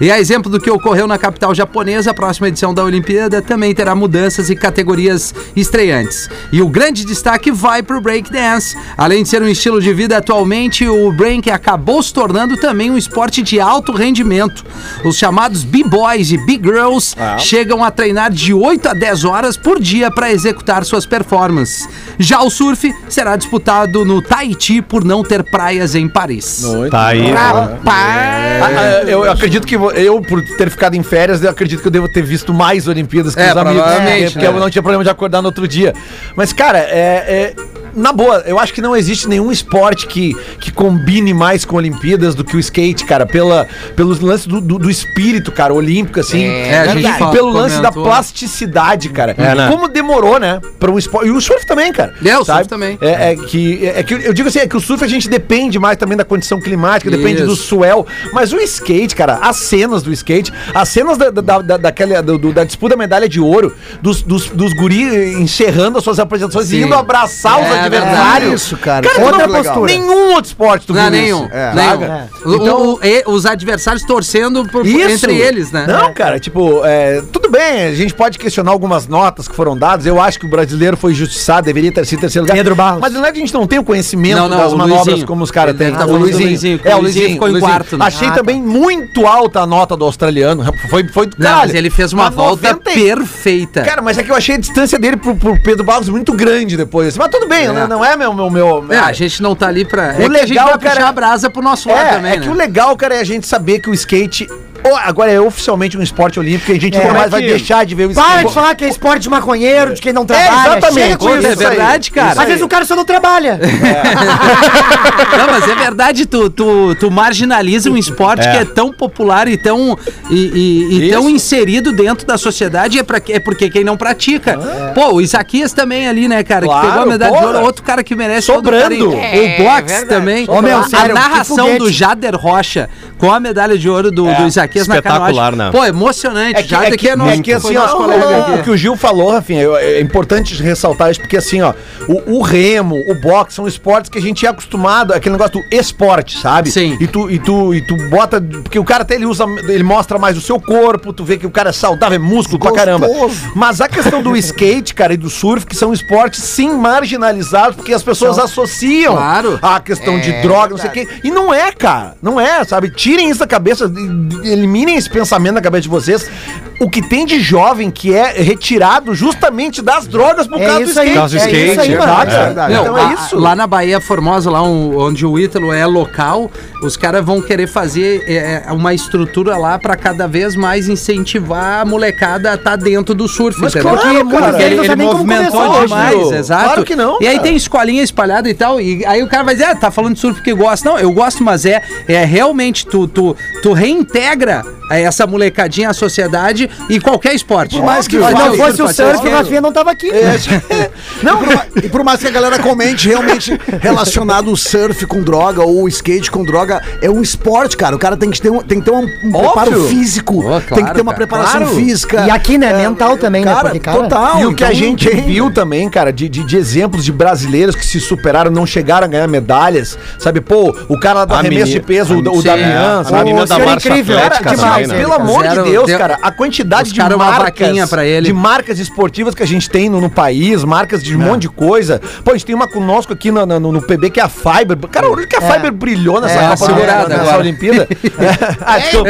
S2: E a exemplo do que ocorreu na capital japonesa, a próxima edição da Olimpíada também terá mudanças e categorias estreantes. E o grande destaque vai para o breakdance. Além de ser um estilo de vida atualmente, o break acabou se tornando também um esporte de alto rendimento. Os chamados b-boys e b-girls chegam a treinar de 8 a 10 horas por dia para executar suas performances. Já o surf será disputado no Tahiti por não ter praias em Paris.
S4: É.
S5: Tá aí.
S7: Rapaz!
S3: Ah,
S2: É,
S3: ah, eu, eu acredito que vo- eu, por ter ficado em férias, eu acredito que eu devo ter visto mais Olimpíadas que
S2: É,
S3: os amigos.
S2: provavelmente,
S3: porque- Porque
S2: né?
S3: eu não tinha problema de acordar no outro dia. Mas, cara, é. é- na boa, eu acho que não existe nenhum esporte que, que combine mais com Olimpíadas do que o skate, cara, pela, pelos lances do, do, do espírito, cara, olímpico, assim.
S2: É, a
S3: e-
S2: gente
S3: e
S2: fala-
S3: pelo lance da
S2: comentou. né?
S3: plasticidade, cara.
S5: É, né?
S3: Como demorou, né? Pra um esporte. E o surf também, cara.
S2: É, o surf também.
S3: É, é que, é que eu digo assim, é que o surf a gente depende mais também da condição climática, depende
S2: Isso.
S3: do suel. Mas o skate, cara, as cenas do skate, as cenas da, da, da, daquela, do- do- da disputa da medalha de ouro, dos, dos, dos guri encerrando as suas apresentações
S2: Sim.
S3: e indo abraçar os
S2: É
S3: adversários.
S2: verdade.
S7: Isso, cara.
S3: Cara, tu
S7: Outra
S3: não
S7: legal. É. Então,
S3: postura. Nenhum outro esporte do
S2: Não, é nenhum.
S3: É.
S2: nenhum. Então,
S3: Saga.
S2: O- o- e- os adversários torcendo por- por-
S3: Então- Isso.
S2: entre eles, né?
S3: Não, cara, tipo, é, tudo bem, a gente pode questionar algumas notas que foram dadas. Eu acho que o brasileiro foi justiçado, deveria ter sido terceiro lugar.
S4: Pedro Barros.
S3: Mas não é que a gente não tem o conhecimento
S2: Não, não,
S3: das
S2: o
S3: manobras
S2: Luizinho.
S3: como os caras
S2: Ele
S3: têm.
S2: deve tá falando do Luizinho, que
S3: É,
S2: o
S3: o
S2: Luizinho
S3: Luizinho
S2: ficou em quarto, né?
S3: Achei
S2: Ah,
S3: também muito alta a nota do australiano. Foi, foi do
S2: Não,
S3: caralho.
S2: mas ele fez uma
S3: Mas
S2: volta
S3: 90 e-
S2: perfeita.
S3: Cara, mas é que eu achei a distância dele pro, pro Pedro Barros muito grande depois. Mas tudo bem, né? não é meu... meu, meu
S2: É, a gente não tá ali pra. é que a gente
S3: legal,
S2: vai puxar
S3: cara,
S2: a brasa pro nosso lado
S3: é,
S2: também,
S3: é
S2: né?
S3: que o legal, cara, é a gente saber que o skate ó, agora é oficialmente um esporte olímpico e a gente
S4: É,
S3: nunca mais
S5: mas
S3: vai
S5: que-
S3: deixar de ver o
S4: Para
S3: skate. É,
S4: de falar que é esporte de maconheiro, de quem não trabalha.
S3: exatamente.
S4: Chega com
S3: Isso
S4: isso.
S2: é verdade, cara.
S4: Às vezes o cara só não trabalha.
S2: [LAUGHS] Não, mas é verdade, tu, tu, tu marginaliza um esporte que é tão popular e tão, e, e- e tão inserido dentro da sociedade, é, pra, é porque quem não pratica. Pô, o Isaquias também ali, né, cara, que
S3: Ah. Claro,
S2: pegou a medalha de
S3: porra.
S2: ouro, outro cara que merece
S3: Sobrando.
S2: todo o carinho. O box também.
S4: Ô, meu,
S2: a,
S4: sério, que
S2: narração
S4: foguete.
S2: do Jader Rocha com a medalha de ouro do, do Isaquias na
S5: É, espetacular,
S2: canoagem.
S5: né?
S2: Pô, emocionante.
S3: É que,
S2: Jader
S3: é que,
S2: é nosso,
S3: é que
S2: foi
S3: assim, ó,
S2: nosso colega aqui.
S3: o que o Gil falou, Rafinha, eu- é importante ressaltar isso, porque assim, ó, o, o remo, o boxe são esportes que a gente é acostumado, aquele negócio do esporte, sabe?
S2: Sim.
S3: E tu, e tu, e tu bota, porque o cara até ele usa, ele mostra mais o seu corpo, tu vê que o cara é saudável, é músculo pra caramba. Mas a questão do skate, cara, e do surf, que são esportes sim marginalizados, porque as pessoas associam
S2: Claro.
S3: a questão
S4: É
S3: de droga, não sei o quê. E não é, cara. Não é, sabe? Tirem isso da cabeça, e- e eliminem esse pensamento da cabeça de vocês. O que tem de jovem que é retirado justamente das drogas por
S4: É
S3: causa do
S4: isso aí.
S3: skate.
S5: Por causa do skate, é
S3: mano.
S5: verdade.
S3: Não,
S2: Não,
S3: então
S2: a-
S3: é isso.
S2: Lá na Bahia Formosa, lá um- onde o Ítalo é local, os caras vão querer fazer é, uma estrutura lá pra cada vez mais incentivar a molecada a estar dentro do surf.
S3: Mas
S2: entendeu?
S3: claro,
S2: Porque
S3: cara,
S2: ele,
S3: ele
S2: ele
S4: não sabe nem como
S2: movimentou
S4: começou,
S2: demais,
S3: Gil.
S2: exato.
S3: Claro que não,
S2: E aí
S4: [LAUGHS]
S3: cara.
S2: tem escolinha espalhada e tal, e aí o cara vai dizer, ah, tá falando de surf porque gosta. Não, eu gosto, mas é, é realmente, tu, tu, tu reintegra a essa molecadinha, a sociedade e qualquer esporte.
S7: Por mais que
S4: Se
S2: Óbvio,
S4: não
S7: fale-
S4: fosse o
S2: Fábio,
S4: Santos, o
S2: qualquer-
S4: Rafinha não tava aqui.
S3: É.
S7: Não, e por ma- e por mais que a galera comente realmente relacionado o surf com droga ou o skate com droga, é um esporte, cara. O cara tem que ter um, tem que ter um, um preparo físico,
S2: Pô, claro,
S7: tem que ter uma
S2: cara,
S7: preparação
S2: claro.
S7: física. É,
S4: E aqui, né, mental também, né,
S7: cara,
S4: porque, cara,
S7: Total.
S3: E o que a
S7: então
S3: gente
S7: não tem-
S3: viu também, cara, de, de, de exemplos de brasileiros que se superaram, não chegaram a ganhar medalhas, sabe? Pô, o cara lá do
S5: A
S3: arremesso
S5: menina-
S3: de peso, o,
S2: a-
S3: o
S2: sim,
S3: Damian,
S5: a
S3: sabe?
S5: menina
S3: Pô,
S5: da
S3: cara,
S5: marcha
S3: incrível, cara,
S5: atlética
S3: demais,
S5: também, né?
S3: pelo amor
S2: Zero-
S3: de Deus,
S2: deu-
S3: cara, a quantidade de
S2: Buscaram uma vaquinha
S3: marcas,
S2: pra ele.
S3: de marcas esportivas que a gente tem no, no país, marcas de um monte de coisa. Pô, a gente tem uma conosco aqui no, no, no PB que é a Fiber. Cara, olha que a Fiber brilhou nessa,
S2: É,
S3: Copa,
S2: uma segurada
S3: nessa
S2: agora.
S3: [LAUGHS] Olimpíada. ah, desculpa.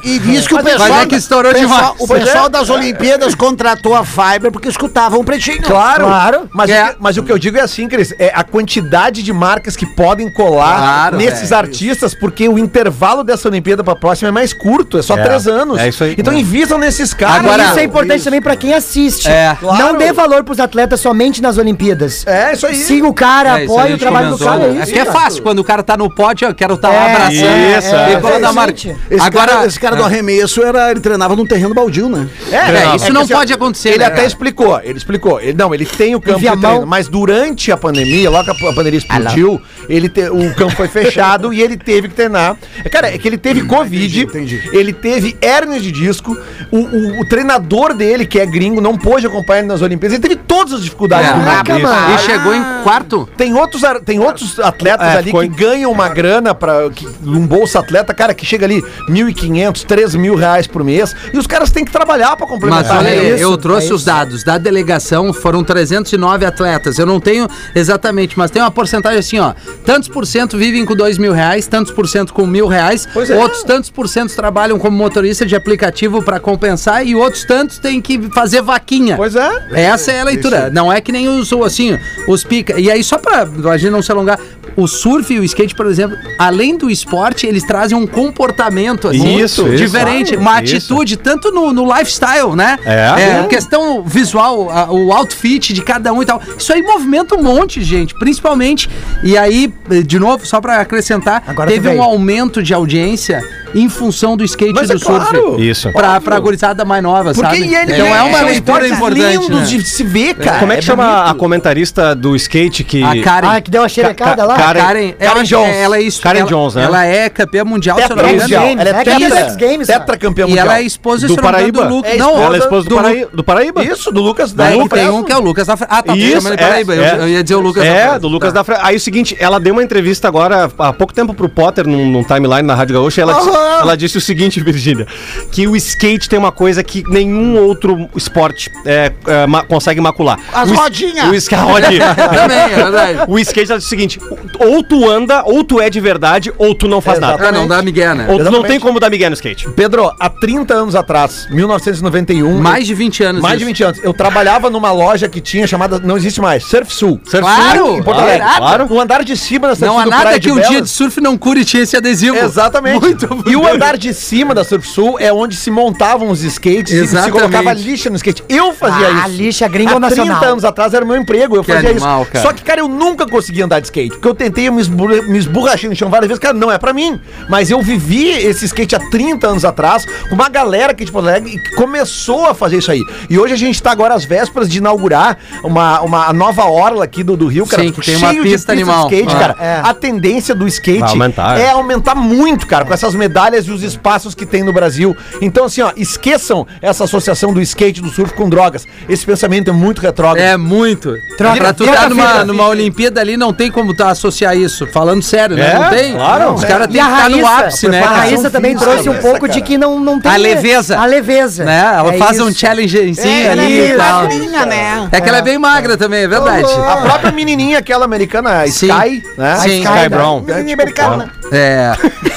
S7: [LAUGHS] E, e diz que o
S3: Mas é
S7: pessoal,
S2: que estourou
S7: pessoal-
S2: demais.
S7: o pessoal das Olimpíadas contratou a Fiber porque escutavam o pretinho.
S3: Claro,
S4: Claro.
S3: Mas,
S2: É.
S3: o que, mas o que eu digo é assim, Cris, é a quantidade de marcas que podem colar
S2: Claro,
S3: nesses
S2: é,
S3: artistas, porque o intervalo dessa Olimpíada pra próxima é mais curto, é só três anos.
S5: é isso aí.
S3: Então invistam nesses caras.
S2: Agora-
S4: isso é importante também pra quem assiste.
S2: É.
S3: Claro.
S4: Não dê valor pros atletas somente nas Olimpíadas.
S3: É, isso aí.
S4: Siga o cara,
S2: É, isso a
S4: apoie o
S2: gente
S4: trabalho do
S2: comentou,
S4: cara.
S2: né?
S4: É
S2: É
S4: isso.
S2: que é fácil, quando o cara tá no pote, eu quero estar tá lá
S4: É,
S2: abraçando.
S5: isso, é,
S2: igual a da
S4: é,
S2: Mar...
S4: gente.
S7: Esse,
S2: Agora,
S7: cara, esse cara
S3: É.
S7: do arremesso era, ele treinava num terreno baldio, né?
S2: é,
S5: Não,
S2: isso
S3: é que
S2: não
S3: assim,
S2: pode acontecer.
S3: Ele
S2: né,
S3: até
S2: cara?
S3: explicou, ele explicou. Ele, não, ele tem o campo
S4: Enfia a
S3: de treino,
S4: mão.
S3: mas durante a pandemia, logo que a pandemia
S2: Ah,
S3: explodiu, ele te- o campo foi fechado [LAUGHS] e ele teve que treinar. Cara, é que ele teve Covid,
S7: Hum, entendi.
S3: ele teve hérnia de disco, o, o- o treinador dele, que é gringo, não pôde acompanhar ele nas Olimpíadas, ele teve todas as
S2: É,
S3: dificuldades. do mundo.
S4: Caraca, é mano.
S2: E chegou em quarto.
S3: Tem outros, ar- tem outros atletas
S5: É,
S3: ali
S5: ficou
S3: que
S5: em-
S3: ganham uma grana para um bolsa atleta, cara, que chega ali 1.500, 3.000 reais por mês, e os caras têm que trabalhar para complementar.
S2: Mas olha,
S3: a renda.
S2: aí,
S4: isso,
S2: eu
S4: é
S2: trouxe
S4: isso.
S2: os dados da delegação, foram 309 atletas. Eu não tenho exatamente, mas tem uma porcentagem assim, ó. Tantos por cento vivem com dois mil reais, tantos por cento com mil reais,
S3: Pois é.
S2: outros tantos por cento trabalham como motorista de aplicativo para compensar e outros tantos têm que fazer vaquinha.
S3: Pois é.
S2: Essa é a leitura. Não é que nem os, assim, os pica. E aí, só pra a gente não se alongar, o surf e o skate, por exemplo, além do esporte, eles trazem um comportamento assim,
S5: Isso, isso.
S2: diferente, uma
S5: Isso.
S2: atitude, tanto no, no lifestyle, né?
S5: É.
S2: É, Questão visual, a- o outfit de cada um e tal. Isso aí movimenta um monte, gente, principalmente. E aí, eh, de novo, só pra acrescentar,
S4: Agora
S2: teve
S4: tu veio.
S2: um aumento de audiência em função do skate
S3: Mas
S2: e do
S3: é
S2: surf.
S3: claro.
S5: Isso.
S2: Pra, pra gurizada mais nova,
S3: Porque
S2: sabe?
S3: ele
S2: então é uma
S3: são
S2: leitura
S3: esportes
S2: importante.
S3: lindos
S2: né?
S3: de se ver, cara.
S5: Como é que chama a
S3: bonito.
S5: comentarista do skate que.
S2: A Karen.
S4: Ah, que deu uma xerecada lá?
S5: Ca-
S2: Karen,
S5: Karen
S2: ela,
S3: Jones.
S2: Ela é isso.
S5: Karen
S2: ela,
S5: Jones, né?
S2: Ela é campeã mundial, se eu não
S3: Tetra
S2: me
S3: mundial.
S2: engano.
S4: Games,
S3: Ela
S4: né?
S3: é
S4: Que é
S3: tetra,
S4: dos Games,
S3: tetracampeã
S2: E
S3: mundial.
S2: ela é esposa,
S5: Do
S2: se eu não me engano,
S5: Paraíba.
S2: do Lucas.
S3: É
S2: não,
S5: Ela é esposa do,
S2: Lu-
S5: Paraí- do Paraíba.
S3: Isso, do Lucas da
S2: Daí tem
S3: Fresno.
S2: um que é o Lucas da Fre- Ah, tá, tu chama ele Paraíba. Eu, eu ia dizer o Lucas
S5: é,
S2: Fresno.
S5: do Lucas
S2: Tá.
S5: da Fresno. Aí o seguinte, ela deu uma entrevista agora, há pouco tempo, pro Potter, num, num timeline na Rádio Gaúcha, e ela, disse, ela disse o seguinte, [LAUGHS] Virgínia, que o skate tem uma coisa que nenhum outro esporte é, é, ma- consegue macular.
S7: As
S5: o, is-
S7: rodinhas.
S5: O, is- a rodinha.
S2: Também, é verdade.
S5: o skate ela disse o seguinte, ou tu anda, ou tu é de verdade, ou tu não faz nada.
S2: Ah, não, da Miguel, né?
S5: [LAUGHS] Ou tu não
S3: Exatamente.
S5: tem como dar migué no skate.
S3: Pedro, há 30 anos atrás, 1991.
S2: Mais de 20 anos.
S3: mais de
S2: isso.
S3: 20 anos. Eu trabalhava numa loja que tinha chamada. Não existe mais, Surf Sul. Surf
S2: Claro,
S3: Sul, em Porto Alegre.
S5: claro.
S3: O andar de cima da Surf
S2: Não há
S3: do
S2: nada
S3: Praia
S2: que o
S3: Belas-
S2: dia de surf não cure tinha esse adesivo.
S3: Exatamente.
S2: Muito
S3: e o andar de cima da Surf Sul é onde se montavam os skates e se
S2: Exatamente.
S3: colocava lixa no skate. Eu fazia
S4: Ah,
S3: isso.
S4: lixa gringa ou nacional?
S3: anos atrás era o meu emprego, eu
S2: Que
S3: fazia
S2: animal,
S3: isso.
S2: cara.
S3: Só que, cara, eu nunca consegui andar de skate. Porque eu tentei, eu me, esbur- me esborrachei no chão várias vezes. Cara, não é pra mim. Mas eu vivi esse skate há 30 anos atrás com uma galera aqui de Porto Alegre que começou a fazer isso aí. E hoje a gente tá agora às vésperas de inaugurar uma, uma nova orla aqui do, do Rio, cara.
S2: Sim, que tem uma pista
S3: de
S2: animal.
S3: de skate,
S2: Ah,
S3: cara.
S4: é.
S3: A tendência do skate
S5: Vai aumentar.
S3: é aumentar muito, cara, com essas medalhas e os espaços que tem no Brasil. Então, assim, ó, esqueçam essa associação do skate e do surf com drogas. Esse pensamento é muito retrógrado.
S2: É muito. pra tu estar numa, numa Olimpíada ali, não tem como tu associar isso. Falando sério, né?
S5: É,
S2: Não tem?
S5: claro.
S2: Os caras
S4: E
S2: têm
S4: a
S2: que estar no ápice,
S4: Raíssa,
S2: né?
S4: a
S2: cara?
S4: Raíssa também
S3: física,
S4: trouxe um
S3: né,
S4: pouco
S3: cara?
S4: de que não, não tem...
S2: A leveza.
S4: A leveza.
S2: né? Ela
S4: É
S2: faz um
S4: isso. É,
S2: challengezinho ali e tal.
S7: né?
S2: É que ela é bem magra também, é verdade.
S3: A própria menininha, aquela americana, a
S2: Sim.
S3: Sky, né?
S2: Sim.
S3: A
S5: Sky Brown.
S3: Menininha americana.
S2: É.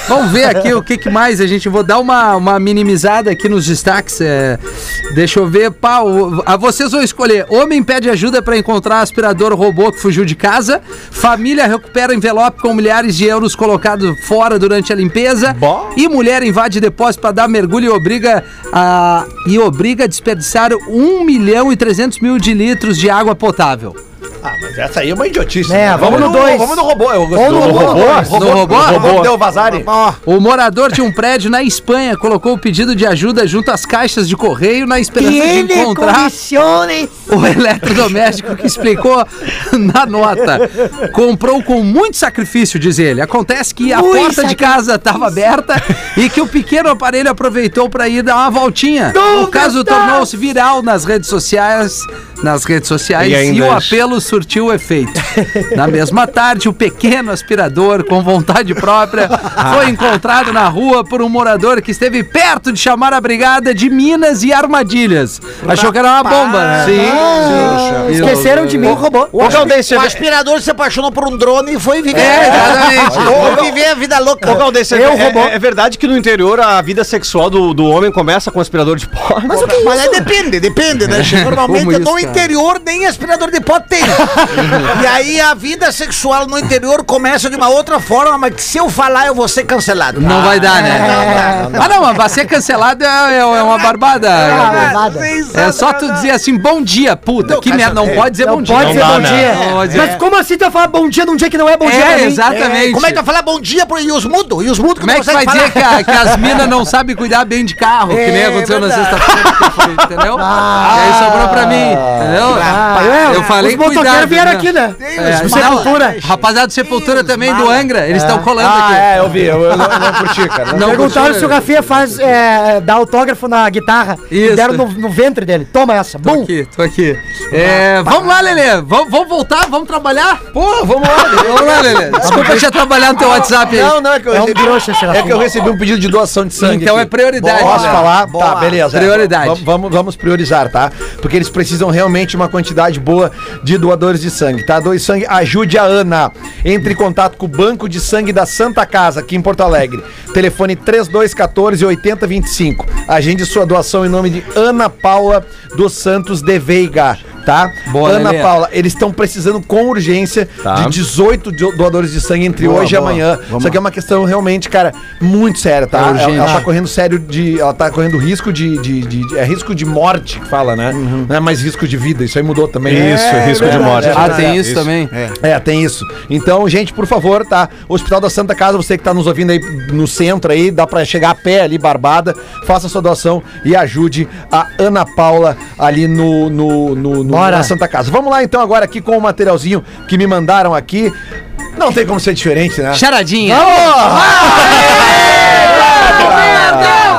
S2: Vamos ver aqui o que, que mais a gente. Vou dar uma, uma minimizada aqui nos destaques. é. Deixa eu ver. Pau, a vocês vão escolher. Homem pede ajuda para encontrar aspirador robô que fugiu de casa. Família recupera envelope com milhares de euros colocado fora durante a limpeza.
S5: Bom.
S2: E mulher invade depósito para dar mergulho e obriga a, um e obriga a desperdiçar 1 milhão e 300 mil de litros de água potável.
S3: Ah, mas essa aí é uma idiotice.
S4: É,
S3: né?
S4: vamos no dois.
S3: Vamos no robô. Eu
S4: Ou no
S3: do
S4: robô,
S3: robô.
S4: dois.
S3: Robô,
S2: No robô?
S3: robô. Deu Vazari.
S2: O morador de um prédio na Espanha colocou o pedido de ajuda junto às caixas de correio na esperança de
S4: é
S2: encontrar
S4: condicione.
S2: o eletrodoméstico que explicou na nota. Comprou com muito sacrifício, diz ele. Acontece que a
S4: Muito
S2: porta de
S4: sacrifício.
S2: casa estava aberta e que o pequeno aparelho aproveitou para ir dar uma voltinha. o caso tornou-se viral nas redes sociais. Nas redes sociais
S5: E
S2: e,
S5: ainda
S2: o apelo surtiu efeito. Na mesma tarde, o pequeno aspirador, com vontade própria,
S5: Ah.
S2: foi encontrado na rua por um morador que esteve perto de chamar a brigada de minas e armadilhas. Achou que era uma bomba, né?
S4: Ah, esqueceram de mim.
S2: Tá
S4: roubou.
S5: Ô, Galdês, você
S8: O
S5: vê-
S8: Um aspirador se apaixonou por um drone e foi viver.
S2: É, exatamente.
S8: Foi viver a vida louca.
S5: Ô, Galdês, você
S4: Eu
S5: vê-
S4: roubou.
S5: é, é verdade que no interior a vida sexual do, do homem começa com aspirador de pó.
S4: Mas o que é
S8: Mas aí
S4: isso?
S8: depende, depende, né? Chico? Normalmente
S2: Como isso,
S8: no
S2: cara?
S8: interior nem aspirador de pó tem. e aí a vida sexual no interior começa de uma outra forma, mas que se eu falar eu vou ser cancelado.
S2: Não vai dar,
S4: É.
S2: né? Ah, não, mas vai ser cancelado é, é uma barbada. Gabriel.
S4: nada.
S2: É só tu dizer assim, bom dia, puta. que merda, não pode dizer bom
S4: é, Não
S2: dia.
S4: pode ser
S5: dá,
S4: bom
S5: né?
S4: dia.
S2: Não pode
S4: Mas
S2: dizer.
S4: como assim tu vai falar bom dia num dia que não é bom dia pra
S2: É,
S4: mim?
S2: exatamente.
S8: Como é que tu vai falar bom dia pro e os mudo? E os mudo que
S2: Como é que tu vai dizer que, a- que as minas não sabem cuidar bem de carro?
S4: É
S2: que nem aconteceu na sexta-feira, que eu falei, entendeu? e aí sobrou pra mim, entendeu?
S4: Ah, é,
S2: eu falei
S4: Os motoqueiros
S2: cuidado,
S4: vieram
S2: né?
S4: aqui, né?
S2: É,
S4: Do
S2: não,
S4: Sepultura.
S2: Rapaziada do Sepultura também, do Angra, eles estão colando
S3: Ah,
S2: aqui.
S3: é, eu vi. Eu, eu não, eu não curti, cara.
S2: Não
S4: Perguntaram
S2: curtiram?
S4: se o Rafinha faz, é, dá autógrafo na guitarra.
S2: Isso.
S4: E deram no, no ventre dele. Toma essa.
S2: Tô
S4: Bum.
S2: aqui, tô aqui. É, vamos lá, Lelê. Vamos, vamos voltar, vamos trabalhar? Pô, vamos lá, Lelê. vamos lá, Lelê. Desculpa te atrapalhar no teu WhatsApp aí.
S3: não, é que eu
S4: É um
S3: recebi.
S4: trouxa esse
S3: é
S4: Rafinha.
S3: que eu recebi um pedido de doação de sangue.
S2: Então
S3: aqui.
S2: é prioridade,
S3: Posso
S2: né?
S3: falar? Tá, beleza.
S2: Prioridade.
S3: Vamos, vamos, vamos priorizar, tá? Porque eles precisam realmente uma quantidade boa de doadores de sangue, tá? Doe sangue, ajude a Ana. Entre em contato com o Banco de Sangue da Santa Casa, aqui em Porto Alegre. Telefone 3214 8025. Agende sua doação em nome de Ana Paula dos Santos de Veiga. Tá?
S2: Boa,
S3: Ana
S2: Lelê.
S3: Paula, eles estão precisando com urgência de 18 do- doadores de sangue entre hoje
S7: boa.
S3: e amanhã. Isso aqui é uma questão realmente, cara, muito séria, tá?
S2: É
S3: Ela-
S2: urgente.
S3: Ela, tá correndo sério de. Ela tá correndo risco de. de, de, de- é risco de morte que fala, né? Não é mais risco de vida, isso aí mudou também.
S5: Isso, risco de morte.
S2: Ah, tem isso, também.
S3: É, tem isso. Então, gente, por favor, tá? Hospital da Santa Casa, você que tá nos ouvindo aí no centro aí, dá pra chegar a pé ali, barbada, faça sua doação e ajude a Ana Paula ali no, no, no, no-
S4: Bora.
S3: na Santa Casa. Vamos lá então agora aqui com o materialzinho que me mandaram aqui. Não tem como ser diferente, né?
S2: Charadinha.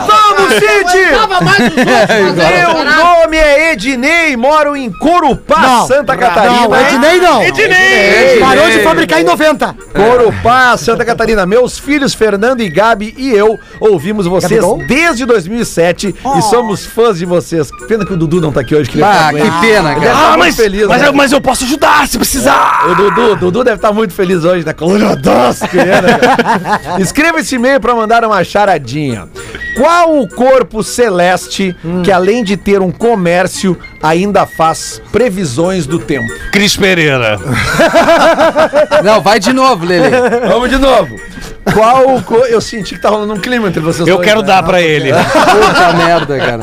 S3: Vamos, Cid! Meu nome é Ednei, moro em Corupá,
S4: Não.
S3: Santa Catarina.
S4: Não, Ednei não.
S3: Ednei!
S4: Parou de fabricar em 90.
S3: Corupá, Santa Catarina. Meus filhos, Fernando e Gabi e eu, ouvimos vocês
S4: Gabigol?
S3: desde 2007 e somos fãs de vocês. Que Pena que o Dudu não tá aqui hoje.
S2: [LAUGHS]
S3: Queria
S2: Ah,
S3: falar com
S2: que
S3: ele.
S2: pena,
S3: Ele deve
S4: Ah,
S2: cara.
S3: tá muito feliz, né?
S5: eu posso ajudar se precisar.
S3: O Dudu, o Dudu deve estar muito feliz hoje na coluna das crianças. Escreva esse e-mail para mandar uma charadinha. Qual o corpo celeste que, além de ter um comércio, ainda faz previsões do tempo?
S9: Cris Pereira.
S2: Não, vai de novo, Lelê.
S3: Vamos de novo. Qual o cor... Eu senti que tá rolando um clima entre vocês
S9: Eu
S3: dois,
S9: quero
S3: né?
S9: dar pra ele.
S2: Puta merda, cara.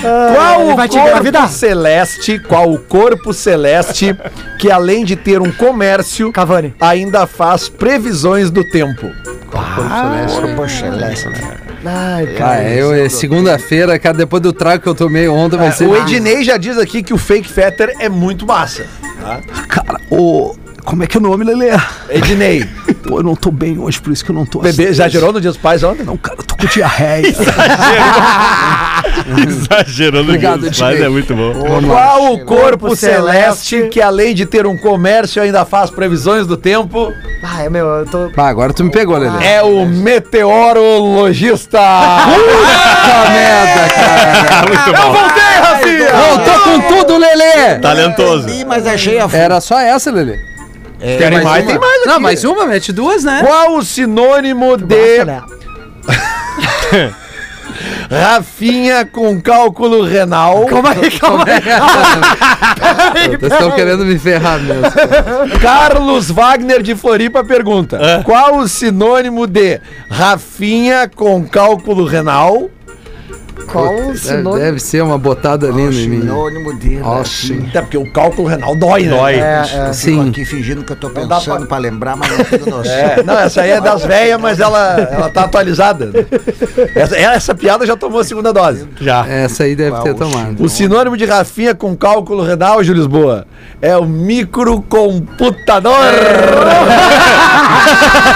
S3: Qual
S4: um Ele
S3: o
S4: vai te
S3: corpo
S4: engravidar.
S3: celeste, qual o corpo celeste que além de ter um comércio,
S4: Cavani.
S3: ainda faz previsões do tempo?
S4: Ai, cara.
S2: Ah, eu, é segunda-feira, cara, depois do trago que eu tomei ontem, vai ser...
S3: É, O Ednei já diz aqui que o fake fetter é muito massa. tá?
S10: Cara, ô. Como é que é o nome, Lelê?
S3: Ednei,
S10: [LAUGHS] Pô, eu não tô bem hoje, por isso que eu não tô assim.
S3: bebê já gerou no Dia dos Pais ontem?
S10: Não, cara, eu tô com diarreia.
S9: Exagerando
S2: Obrigado,
S9: isso, mas
S2: Ednei.
S9: é muito bom.
S3: Qual o corpo
S4: celeste
S3: celeste que além de ter um comércio ainda faz previsões do tempo?
S4: Ai, meu, eu tô.
S2: Ah, agora tu me pegou, Lelê.
S3: É o meteorologista.
S10: Ah,
S2: Puta merda, cara.
S9: muito bom.
S3: Voltei, Rafinha!
S2: Voltou com tudo, Lelê.
S3: Tá
S9: Talentoso.
S8: Ih, mas achei a
S2: Era só essa, Lelê.
S3: Querem mais? Tem mais aqui.
S2: Não, mais uma, mete duas, né?
S3: Qual o sinônimo de
S4: Nossa, né?
S3: Rafinha com cálculo
S2: [LAUGHS]
S3: renal?
S4: Calma aí, calma aí.
S2: Vocês estão querendo me ferrar [LAUGHS] mesmo.
S3: Carlos Wagner de Floripa pergunta:
S5: É.
S3: Qual o sinônimo de Rafinha com cálculo renal?
S4: Qual o sinônimo?
S2: Deve ser uma botada ali no mim.
S7: Sinônimo
S8: né?
S7: de.
S2: Nossa.
S3: Até porque o cálculo renal dói, né?
S5: Dói.
S8: É,
S7: Eu
S2: Sim.
S7: fico aqui fingindo que eu tô
S3: dá
S7: pensando pra... lembrar, mas não tenho noção.
S3: É, não, essa aí é das velhas, mas ela, ela tá atualizada. né? Essa, essa piada já tomou a segunda dose.
S5: Já.
S2: Essa aí deve ter tomado.
S3: O sinônimo de Rafinha com cálculo renal, Júlio Lisboa, é o microcomputador.
S2: [LAUGHS]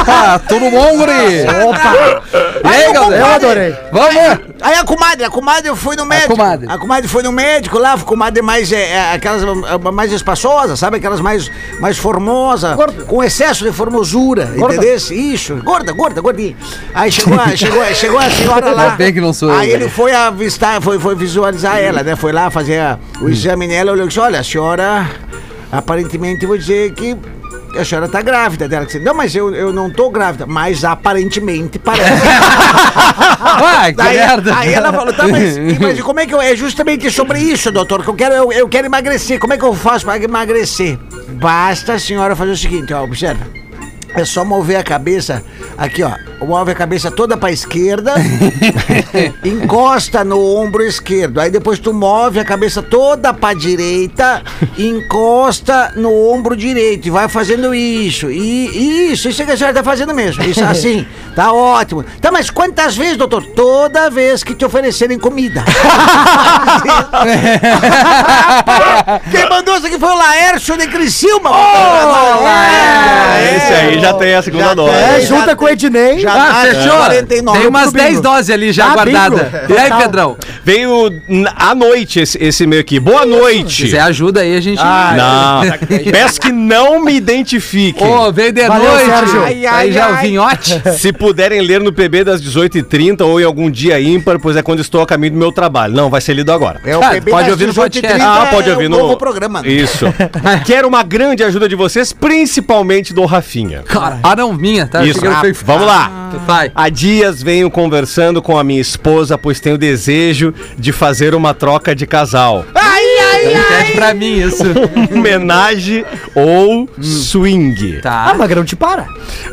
S2: Opa, tudo bom, guri?
S4: Opa!
S2: E aí, galera?
S4: Eu adorei.
S2: Vamos!
S7: Aí a comadre, a comadre eu fui no médico.
S2: comadre.
S7: A comadre foi no médico lá, a comadre mais é, é, aquelas é, mais espaçosas, sabe? Aquelas mais, mais formosa,
S4: Gorda.
S7: com excesso de formosura,
S4: Gorda.
S7: entendeu? Isso, gorda, gorda, gordinha. Aí chegou
S2: [LAUGHS]
S7: a, chegou, a- chegou a senhora lá.
S2: Ainda bem que não sou
S7: Aí
S2: eu,
S7: ele
S2: né?
S7: foi avistar, foi, foi visualizar ela, né? Foi lá fazer a-
S2: Hum.
S7: o exame nela, olhou e disse, olha, a senhora, aparentemente vou dizer que a senhora tá grávida dela. Disse, não, mas eu, eu não tô grávida, mas aparentemente parece.
S2: [LAUGHS] Ah, que
S7: Aí,
S2: merda!
S7: aí ela falou,
S2: [LAUGHS]
S7: tá, mas, mas como é que eu. É justamente sobre isso, doutor, que eu quero, eu, eu quero emagrecer. Como é que eu faço para emagrecer? Basta a senhora fazer o seguinte, ó, observa. É só mover a cabeça, aqui ó, move a cabeça toda
S2: [LAUGHS]
S7: pra esquerda, [LAUGHS] encosta no ombro esquerdo. Aí depois tu move a cabeça toda pra direita, encosta no ombro direito e vai fazendo isso. E isso, isso é que a senhora tá fazendo mesmo. Isso assim, tá ótimo. Tá, mas quantas vezes, doutor? Toda vez que te oferecerem comida. Quem mandou isso aqui foi o Laércio de Criciúma.
S5: Esse aí já tem a segunda dose.
S4: É, junta com o Ednei.
S2: Ah, fechou? Tem umas 10 doses ali já
S4: Ah,
S2: guardadas.
S4: bingo.
S2: E aí,
S4: Total.
S2: Pedrão?
S5: Veio n- à noite esse, esse e-mail aqui. Boa
S2: Se
S5: noite.
S2: quiser ajuda aí, a gente.
S5: Não. Peço que não me identifiquem.
S2: Ô, veio de
S4: Valeu,
S2: noite.
S4: Sérgio.
S2: Aí já é o vinhote.
S5: Se puderem ler no PB das 18h30 ou em algum dia ímpar, pois é quando estou a caminho do meu trabalho. Não, vai ser lido agora.
S7: É o
S2: Ah,
S7: PB
S2: pode
S7: das
S2: ouvir no podcast.
S7: 18h30,
S5: Ah, pode
S7: é
S5: ouvir
S7: o
S5: no
S7: novo programa. [LAUGHS]
S5: Isso. Quero uma grande ajuda de vocês, principalmente do Rafinha.
S2: Cara, ah, não, minha, tá?
S5: Isso.
S2: Achei que era-
S5: Vamos lá.
S2: Ah, Vai.
S5: Há dias venho conversando com a minha esposa, pois tenho desejo de fazer uma troca de casal.
S2: Pede pra mim isso.
S5: [LAUGHS] Homenagem ou swing.
S2: Tá.
S4: Ah, Magrão, te para.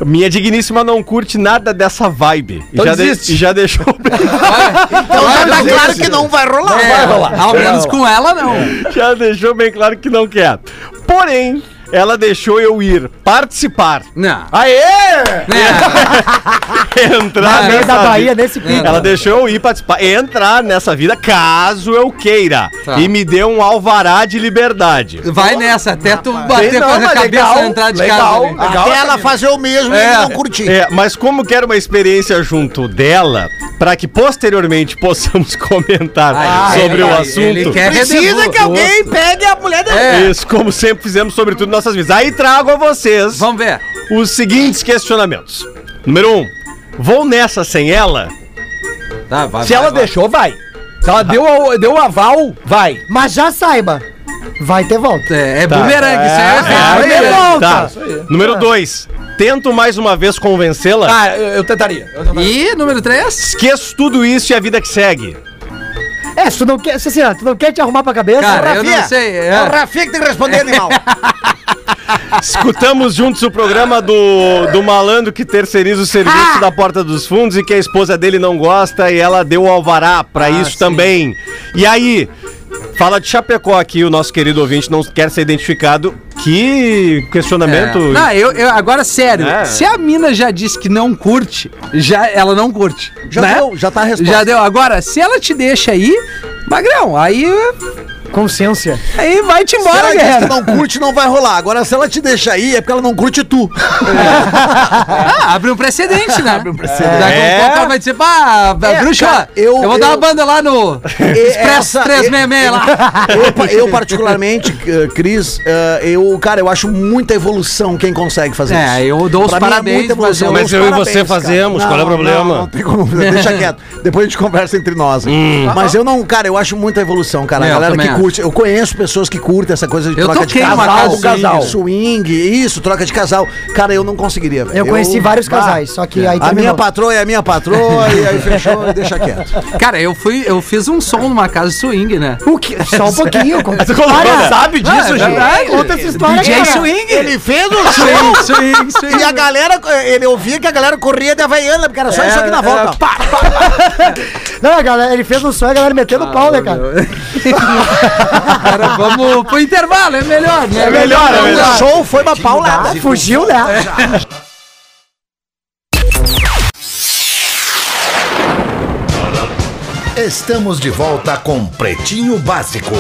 S5: Minha digníssima não curte nada dessa vibe. E
S2: Então
S5: já, de-
S2: desiste.
S5: e já deixou.
S7: Então já tá claro que não vai rolar.
S2: É, Ao menos com ela, não.
S5: [LAUGHS] já deixou bem claro que não quer. Porém, ela deixou eu ir participar.
S2: Não.
S5: Aê!
S2: É,
S5: Entrar
S2: Ah,
S5: nessa
S2: é
S4: da Bahia,
S5: vida.
S4: nesse pique.
S5: Ela deixou eu ir participar, entrar nessa vida caso eu queira.
S2: Tá.
S5: E me deu um alvará de liberdade.
S2: vai nessa, até tu bater
S5: Tem-
S2: com
S5: não,
S2: a
S5: mas
S2: cabeça
S5: legal,
S2: na entrada de
S5: legal.
S2: casa. né?
S7: Até ela fazer o mesmo e
S2: É.
S7: não curtir.
S5: É, mas como quero uma experiência junto dela, para que posteriormente possamos [LAUGHS] comentar
S2: Ah, ele-
S5: sobre o
S2: ele-
S5: assunto.
S2: ele quer
S7: é Precisa
S2: redevo-
S7: que alguém pegue a mulher dela.
S2: É.
S5: Isso, como sempre fizemos, sobretudo em nossas vidas. Aí trago a vocês
S2: Vamos ver.
S5: os seguintes questionamentos. Número um, vou nessa sem ela?
S2: Tá, vai,
S3: Se ela
S2: vai, vai.
S3: deixou, vai. Se ela deu, a- deu o aval, vai.
S4: Mas já saiba, vai ter volta.
S2: É, é
S7: Tá.
S2: bumerangue, isso aí é,
S4: vai ter
S2: bumerangue.
S4: volta.
S5: Tá.
S2: É.
S5: Número dois, tento mais uma vez convencê-la?
S3: Ah, eu, eu tentaria. Eu
S7: é,
S3: tentaria.
S2: E número 3?
S5: Esqueço tudo isso e a vida que segue.
S4: É, se tu não quer, se, assim, ó, tu não quer te arrumar pra cabeça,
S2: Cara, eu
S7: Rafinha.
S2: não sei.
S7: É o
S2: É.
S7: Rafinha que tem que responder, animal.
S5: Escutamos juntos o programa do, do malandro que terceiriza o
S4: Ah!
S5: serviço da Porta dos Fundos e que a esposa dele não gosta e ela deu o alvará pra
S4: Ah,
S5: isso
S2: sim.
S5: também. E aí, fala de Chapecó aqui, o nosso querido ouvinte não quer ser identificado. Que questionamento.
S2: É. Não, eu, eu- agora sério,
S5: É.
S2: se a mina já disse que não curte, já ela não curte.
S7: Já
S2: né?
S7: deu, já tá a resposta.
S2: Já deu. Agora, se ela te deixa aí, magrão, aí,
S4: consciência.
S2: aí vai te
S7: Se
S2: embora,
S7: ela diz que
S2: guerreiro.
S7: não curte, não vai rolar. Agora, se ela te deixa aí, é porque ela não curte
S2: [LAUGHS]
S7: tu.
S2: Ah, abre um precedente,
S7: [LAUGHS]
S2: né? abre um precedente. Daqui
S5: É.
S2: a pouco ela vai dizer, pá, bruxa,
S7: É, cara,
S2: eu,
S7: eu-
S2: vou dar uma
S7: eu-
S2: banda lá no Express
S7: É, essa-
S2: 366 lá.
S7: Eu, pa- [LAUGHS] eu, particularmente, eh, Cris, eh, eu, cara, eu acho muita evolução quem consegue fazer isso.
S2: É, eu dou os
S7: Pra mim
S2: parabéns,
S7: muita evolução.
S2: mas
S5: eu-
S7: dou
S5: mas
S7: os
S5: eu e
S7: parabéns,
S5: você fazemos, qual é o problema?
S7: Não, não tem como,
S5: Hum.
S7: deixa quieto. Depois a gente conversa entre nós. Mas eu não, cara, eu acho muita evolução, cara.
S2: É, eu
S7: a galera
S2: também
S7: que
S2: acho.
S7: curte. Eu conheço pessoas que curtem essa coisa de
S2: Eu
S7: troca de
S2: toquei uma
S7: casal,
S2: casa-
S7: casal. Swing, isso, troca de casal. Cara, eu não conseguiria. velho.
S4: Eu conheci vários
S7: bah,
S4: casais, só que aí
S7: A minha
S4: terminou.
S7: patroa é a minha patroa, e aí fechou e deixa quieto. [LAUGHS]
S2: Cara, eu fui, eu fiz um som numa casa de swing, né? Ah, é
S4: O que? Só
S2: [LAUGHS]
S4: um pouquinho. Com...
S5: Você sabe disso, Gil?
S4: Conta essa história,
S2: DJ
S4: cara.
S2: swing.
S7: Ele fez o show
S2: Swing, swing,
S7: e a
S2: swing.
S7: galera, ele ouvia que a galera corria de Havaiana, porque É, era só isso aqui na
S2: É,
S7: volta. Pá,
S4: Não, a galera, ele fez um sonho, a galera metendo o pau, né, cara?
S2: [LAUGHS] Cara, vamos pro intervalo, é melhor, né? É melhor, é
S7: o show foi uma paulada.
S4: Ah, fugiu, né?
S9: Estamos de volta com Pretinho Básico.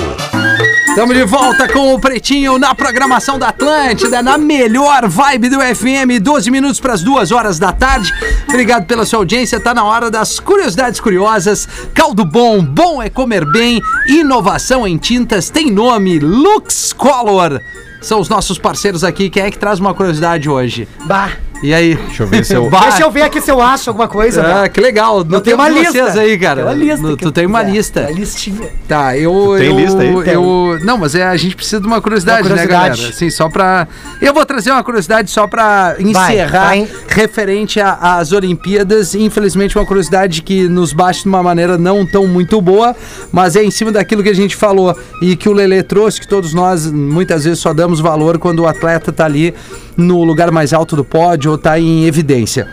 S2: Estamos de volta com o Pretinho na programação da Atlântida, na melhor vibe do FM, 12 minutos para as 2 horas da tarde. Obrigado pela sua audiência, tá na hora das curiosidades curiosas. Caldo bom, bom é comer bem, inovação em tintas tem nome, Lux Color. São os nossos parceiros aqui, quem é que traz uma curiosidade hoje?
S4: Bah.
S2: E aí? Deixa eu ver [LAUGHS] se eu...
S4: Deixa eu ver aqui se eu acho alguma coisa.
S2: Ah, que legal. Não tem
S4: tenho
S2: uma
S4: uma
S2: lista.
S4: lista.
S2: aí, cara.
S4: Tem uma lista
S2: No-
S4: que
S2: tu
S4: eu
S2: tem uma
S4: quiser.
S2: lista.
S4: É listinha.
S2: Tá, eu.
S5: tem
S2: eu,
S5: lista aí?
S2: Eu, não, mas é, a gente precisa de uma curiosidade,
S4: Uma
S2: né,
S4: curiosidade.
S2: galera? Assim, só pra. Eu vou trazer uma curiosidade só pra
S4: Vai,
S2: encerrar
S4: vai.
S2: referente a- às Olimpíadas. Infelizmente, uma curiosidade que nos bate de uma maneira não tão muito boa, mas é em cima daquilo que a gente falou e que o Lelê trouxe, que todos nós muitas vezes só damos valor quando o atleta tá ali no lugar mais alto do pódio ou tá em evidência.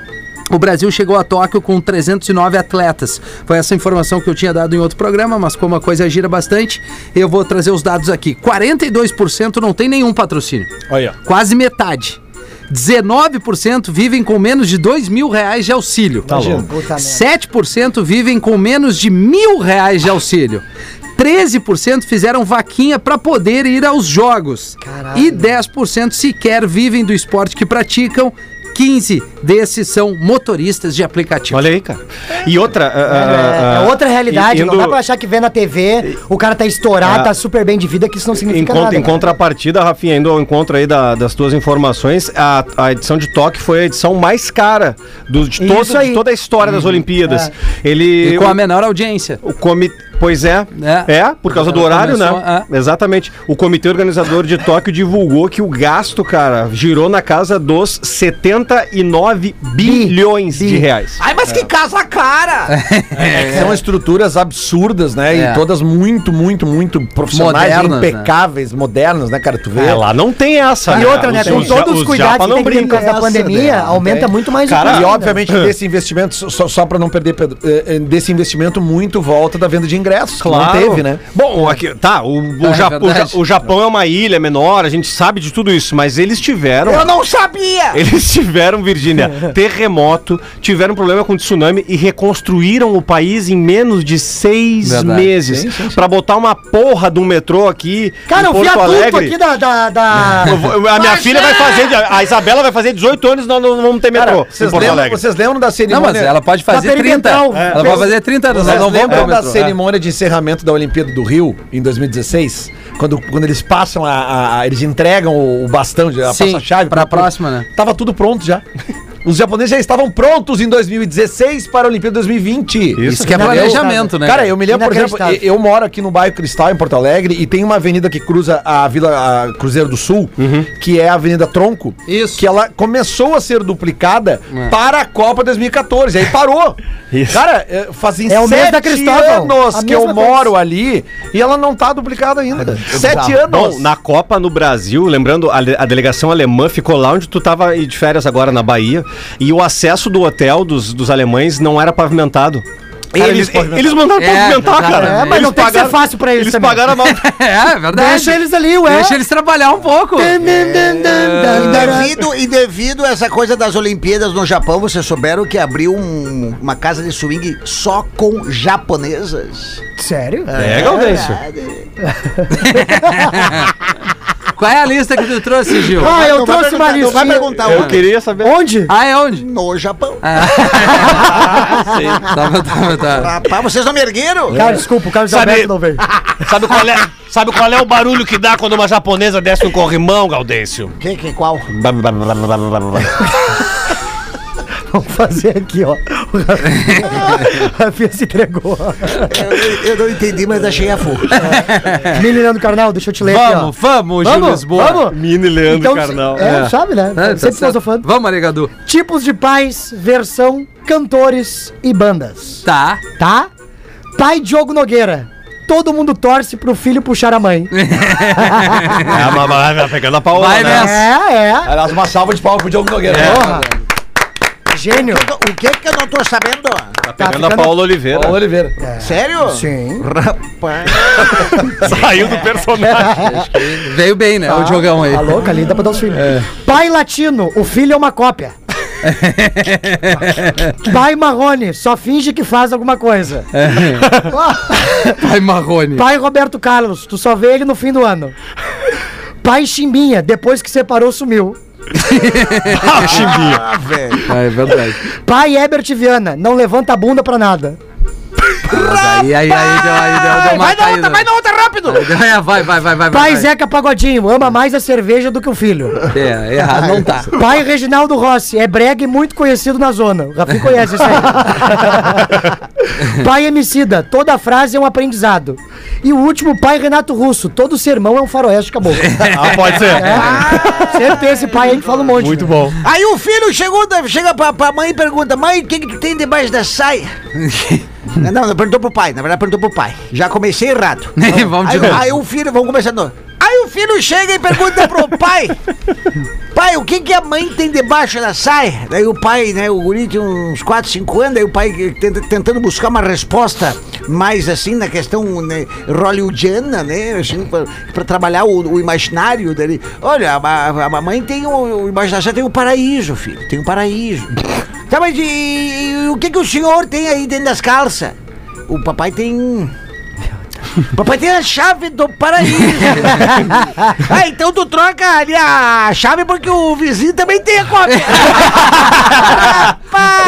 S2: O Brasil chegou a Tóquio com 309 atletas. Foi essa informação que eu tinha dado em outro programa, mas como a coisa gira bastante, eu vou trazer os dados aqui. 42% não tem nenhum patrocínio.
S5: Olha.
S2: Quase metade. 19% vivem com menos de dois mil reais de auxílio. Tá
S5: louco.
S4: Puta merda.
S2: 7% vivem com menos de mil reais de auxílio. 13% fizeram vaquinha para poder ir aos jogos.
S4: Caralho.
S2: E 10% sequer vivem do esporte que praticam. 15 desses são motoristas de aplicativo.
S5: Olha aí, cara. E outra. ah,
S2: Ah,
S4: É, é outra realidade,
S5: Indo,
S4: não dá pra achar que vê na TV, o cara tá estourado,
S2: É.
S5: Ah.
S4: tá super bem de vida, que isso não
S5: Em,
S4: significa
S5: contra,
S4: nada. né?
S5: em
S4: cara.
S5: contrapartida, Rafinha, indo ao encontro aí da- das tuas informações, a, a edição de Tóquio foi a edição mais cara do, de,
S4: Isso
S5: todo, de
S4: aí.
S5: toda a história das Olimpíadas.
S4: É.
S5: Ele.
S2: E com a menor audiência.
S5: O comi... Pois é.
S2: É.
S5: é. por causa do
S2: Ela
S5: horário,
S2: começou,
S5: né? Exatamente. O comitê organizador de Tóquio divulgou que o gasto, cara, girou na casa dos 79 bilhões de reais.
S7: Ai, mas que casa cara!
S3: É, que são estruturas absurdas, né?
S2: É.
S3: E todas muito, muito, muito profissionais,
S2: Modernas, né?
S3: impecáveis, modernas, né, cara? Tu vê?
S5: É, lá não tem essa.
S4: E outra, né?
S5: Os-
S4: Com
S5: os ja-
S4: todos os
S5: os
S4: cuidados
S5: japa
S4: que tem que ter por
S3: brinca
S4: causa da
S3: nessa,
S4: pandemia,
S3: né?
S4: aumenta
S3: Tem.
S4: muito mais
S3: E
S4: o
S5: Cara,
S4: custo, né?
S3: obviamente desse investimento, só, só para não perder, Pedro, eh, eh, desse investimento muito volta da venda de ingressos. que
S5: Claro.
S3: Não teve, né?
S5: Bom, aqui, tá, o, o
S2: É
S5: Jap- o Ja-
S2: verdade.
S5: o Japão é uma ilha menor, a gente sabe de tudo isso, mas eles tiveram.
S7: Eu não sabia!
S5: Eles [LAUGHS] tiveram, Virgínia, terremoto, tiveram um problema com tsunami e reconstruíram o país em menos de seis
S2: Verdade.
S5: meses. Pra botar uma porra de um metrô aqui.
S4: Cara,
S5: em
S4: o
S5: Porto
S4: viaduto
S5: Alegre.
S4: aqui da. da, da-
S5: Eu vou- A minha filha vai fazer. A Isabela vai fazer 18 anos e nós não vamos ter metrô em
S3: Vocês
S5: Porto
S3: lembram,
S5: Alegre. É.
S3: vocês lembram da
S2: Não,
S3: cerimônia?
S2: mas ela pode fazer 30.
S4: Tá perimetral.
S2: Ela pode fazer 30 anos.
S3: Vocês
S2: Nós não vamos É.
S3: lembram
S2: pro
S3: da
S2: metrô.
S3: é cerimônia de encerramento da Olimpíada do Rio em 2016? Quando, quando eles passam a, a- a- Eles entregam o, o bastão, a
S2: Sim,
S3: passa-chave.
S2: pra
S3: pro- pro-
S2: próxima, né?
S3: Tava tudo pronto já. Os japoneses já estavam prontos em 2016 para a Olimpíada 2020.
S2: Isso que é
S3: Entendeu?
S2: planejamento, né?
S3: Cara, eu me lembro, por exemplo,
S4: Inacreditável.
S3: eu moro aqui no bairro Cristal, em Porto Alegre, e tem uma avenida que cruza a Vila a Cruzeiro do Sul,
S2: Uhum.
S3: que é a Avenida Tronco,
S2: Isso.
S3: que ela começou a ser duplicada
S2: É.
S3: para a Copa 2014, aí
S2: [LAUGHS]
S3: parou.
S5: Isso.
S3: Cara, é, fazem
S4: É o mês
S3: sete
S4: da Cristóvão,
S3: anos
S4: a
S3: que eu
S4: mesma coisa.
S3: moro ali e ela não tá duplicada ainda. Sete anos.
S5: Bom, na Copa no Brasil, lembrando, a, le- a delegação alemã ficou lá onde tu tava de férias agora, na Bahia, e o acesso do hotel dos, dos alemães não era pavimentado. eles,
S3: pavimentaram.
S5: eles mandaram
S2: É,
S5: pavimentar,
S2: exatamente.
S5: cara.
S4: É, mas não
S5: Eles
S4: tem que ser
S5: pagaram-
S4: fácil pra eles.
S5: Eles
S4: também.
S5: pagaram a nova.
S2: É, verdade.
S4: Deixa eles ali, ué.
S2: Deixa eles trabalhar um pouco.
S7: E devido, e devido a essa coisa das Olimpíadas no Japão, vocês souberam que abriu um- uma casa de swing só com japonesas?
S4: Sério?
S5: É, Gaudêncio.
S2: Qual é a lista que tu trouxe, Gil?
S4: Ah, eu
S7: Não vai
S4: trouxe uma
S7: perguntar, não
S4: listinha.
S7: vai perguntar
S5: Eu
S7: onde.
S5: queria saber.
S4: Onde?
S2: Ah, é onde? Tá,
S7: No Japão.
S2: Tava, tava, tava.
S7: Rapaz, vocês não me ergueram?
S4: Cara, desculpa, o Carlos
S5: Sabe-
S4: Alberto não veio.
S5: Sabe qual, é, sabe qual é o barulho que dá quando uma japonesa desce um corrimão, Gaudêncio?
S7: Que, que, qual?
S4: Vamos fazer aqui, ó. O Rafinha- O Rafinha se entregou.
S7: Eu, eu não entendi, mas achei a [LAUGHS] fogo.
S4: Mini Leandro Carnal, deixa eu te ler
S2: Vamos,
S4: aqui, ó.
S2: vamos, Gil Lisboa.
S5: Mini Leandro
S4: então,
S5: Carnal.
S4: É,
S2: É.
S4: sabe, né?
S2: Ah, tá
S4: Sempre
S2: certo.
S4: filosofando.
S2: Vamos, Arigadu.
S4: Tipos de pais, versão, cantores e bandas.
S2: Tá. [LAUGHS]
S4: Tá? Pai Diogo Nogueira. Todo mundo torce pro filho puxar a mãe.
S5: Ah, mas vai, vai pegando a Paola,
S2: Vai,
S5: né? É,
S2: Messi.
S4: É, é.
S3: Aliás, uma salva de palmas pro Diogo Nogueira.
S4: Porra. Gênio.
S7: O que que eu não tô sabendo?
S5: Tá pegando
S4: ficando-
S5: a Paola Oliveira.
S3: Paulo Oliveira.
S4: É.
S7: Sério? é.
S4: Sim.
S7: Rapaz.
S5: Saiu do personagem.
S2: Veio bem, né? o jogão aí. [LAUGHS]
S4: Tá louco ali, dá pra dar os filhos. Pai latino, o filho é uma cópia. Pai marrone, só finge que faz alguma coisa.
S2: Pai Marrone.
S4: [LAUGHS] Pai Roberto Carlos, tu só vê ele no fim do ano. Pai Chimbinha, depois que separou, sumiu.
S7: Ah, velho.
S2: Ah, é verdade.
S4: Pai Ebert Viana, não levanta a bunda pra nada.
S2: Mas aí, aí, aí deu, aí deu, deu uma
S7: Vai na
S2: caída.
S7: outra, vai na outra rápido!
S2: Aí deu- é, vai, vai, vai, vai.
S4: Pai
S2: vai.
S4: Zeca Pagodinho, ama mais a cerveja do que o filho.
S2: É, errado não tá.
S4: Pai Reginaldo Rossi, é brega e muito conhecido na zona. O Rafinha conhece
S5: [LAUGHS]
S4: isso aí. pai Emicida, toda frase é um aprendizado. E o último, pai Renato Russo, todo sermão é um faroeste caboclo.
S5: [LAUGHS] Ah, pode ser.
S4: Sempre tem esse pai aí que fala um monte.
S5: Muito
S4: né?
S5: bom.
S7: Aí o filho chegou, da- chega pra, pra mãe e pergunta: Mãe, o que, que tu tem debaixo da saia? não, não, perguntou pro pai, na verdade perguntou pro pai. Já comecei
S2: [LAUGHS]
S7: errado.
S2: Vamos de
S7: aí,
S2: novo.
S7: aí o filho, vamos começar de novo. Aí o filho chega e pergunta pro
S2: [LAUGHS]
S7: pai: Pai, o que, que a mãe tem debaixo da saia? Daí o pai, né, o guri tinha uns 4, 5 anos, aí o pai tenta- tentando buscar uma resposta mais assim na questão né, hollywoodiana, né, assim, pra, pra trabalhar o, o imaginário dele. Olha, a, ma- a mamãe tem o, o imaginário, você tem o paraíso, filho, tem
S2: [LAUGHS]
S7: o paraíso. Tá, mas e, e o que, que o senhor tem aí dentro das calças? O papai tem. um." Papai tem a chave do
S5: [LAUGHS]
S7: paraíso. ah, então tu troca ali a chave porque o vizinho também tem a
S5: [LAUGHS]
S7: cópia. Rapaz!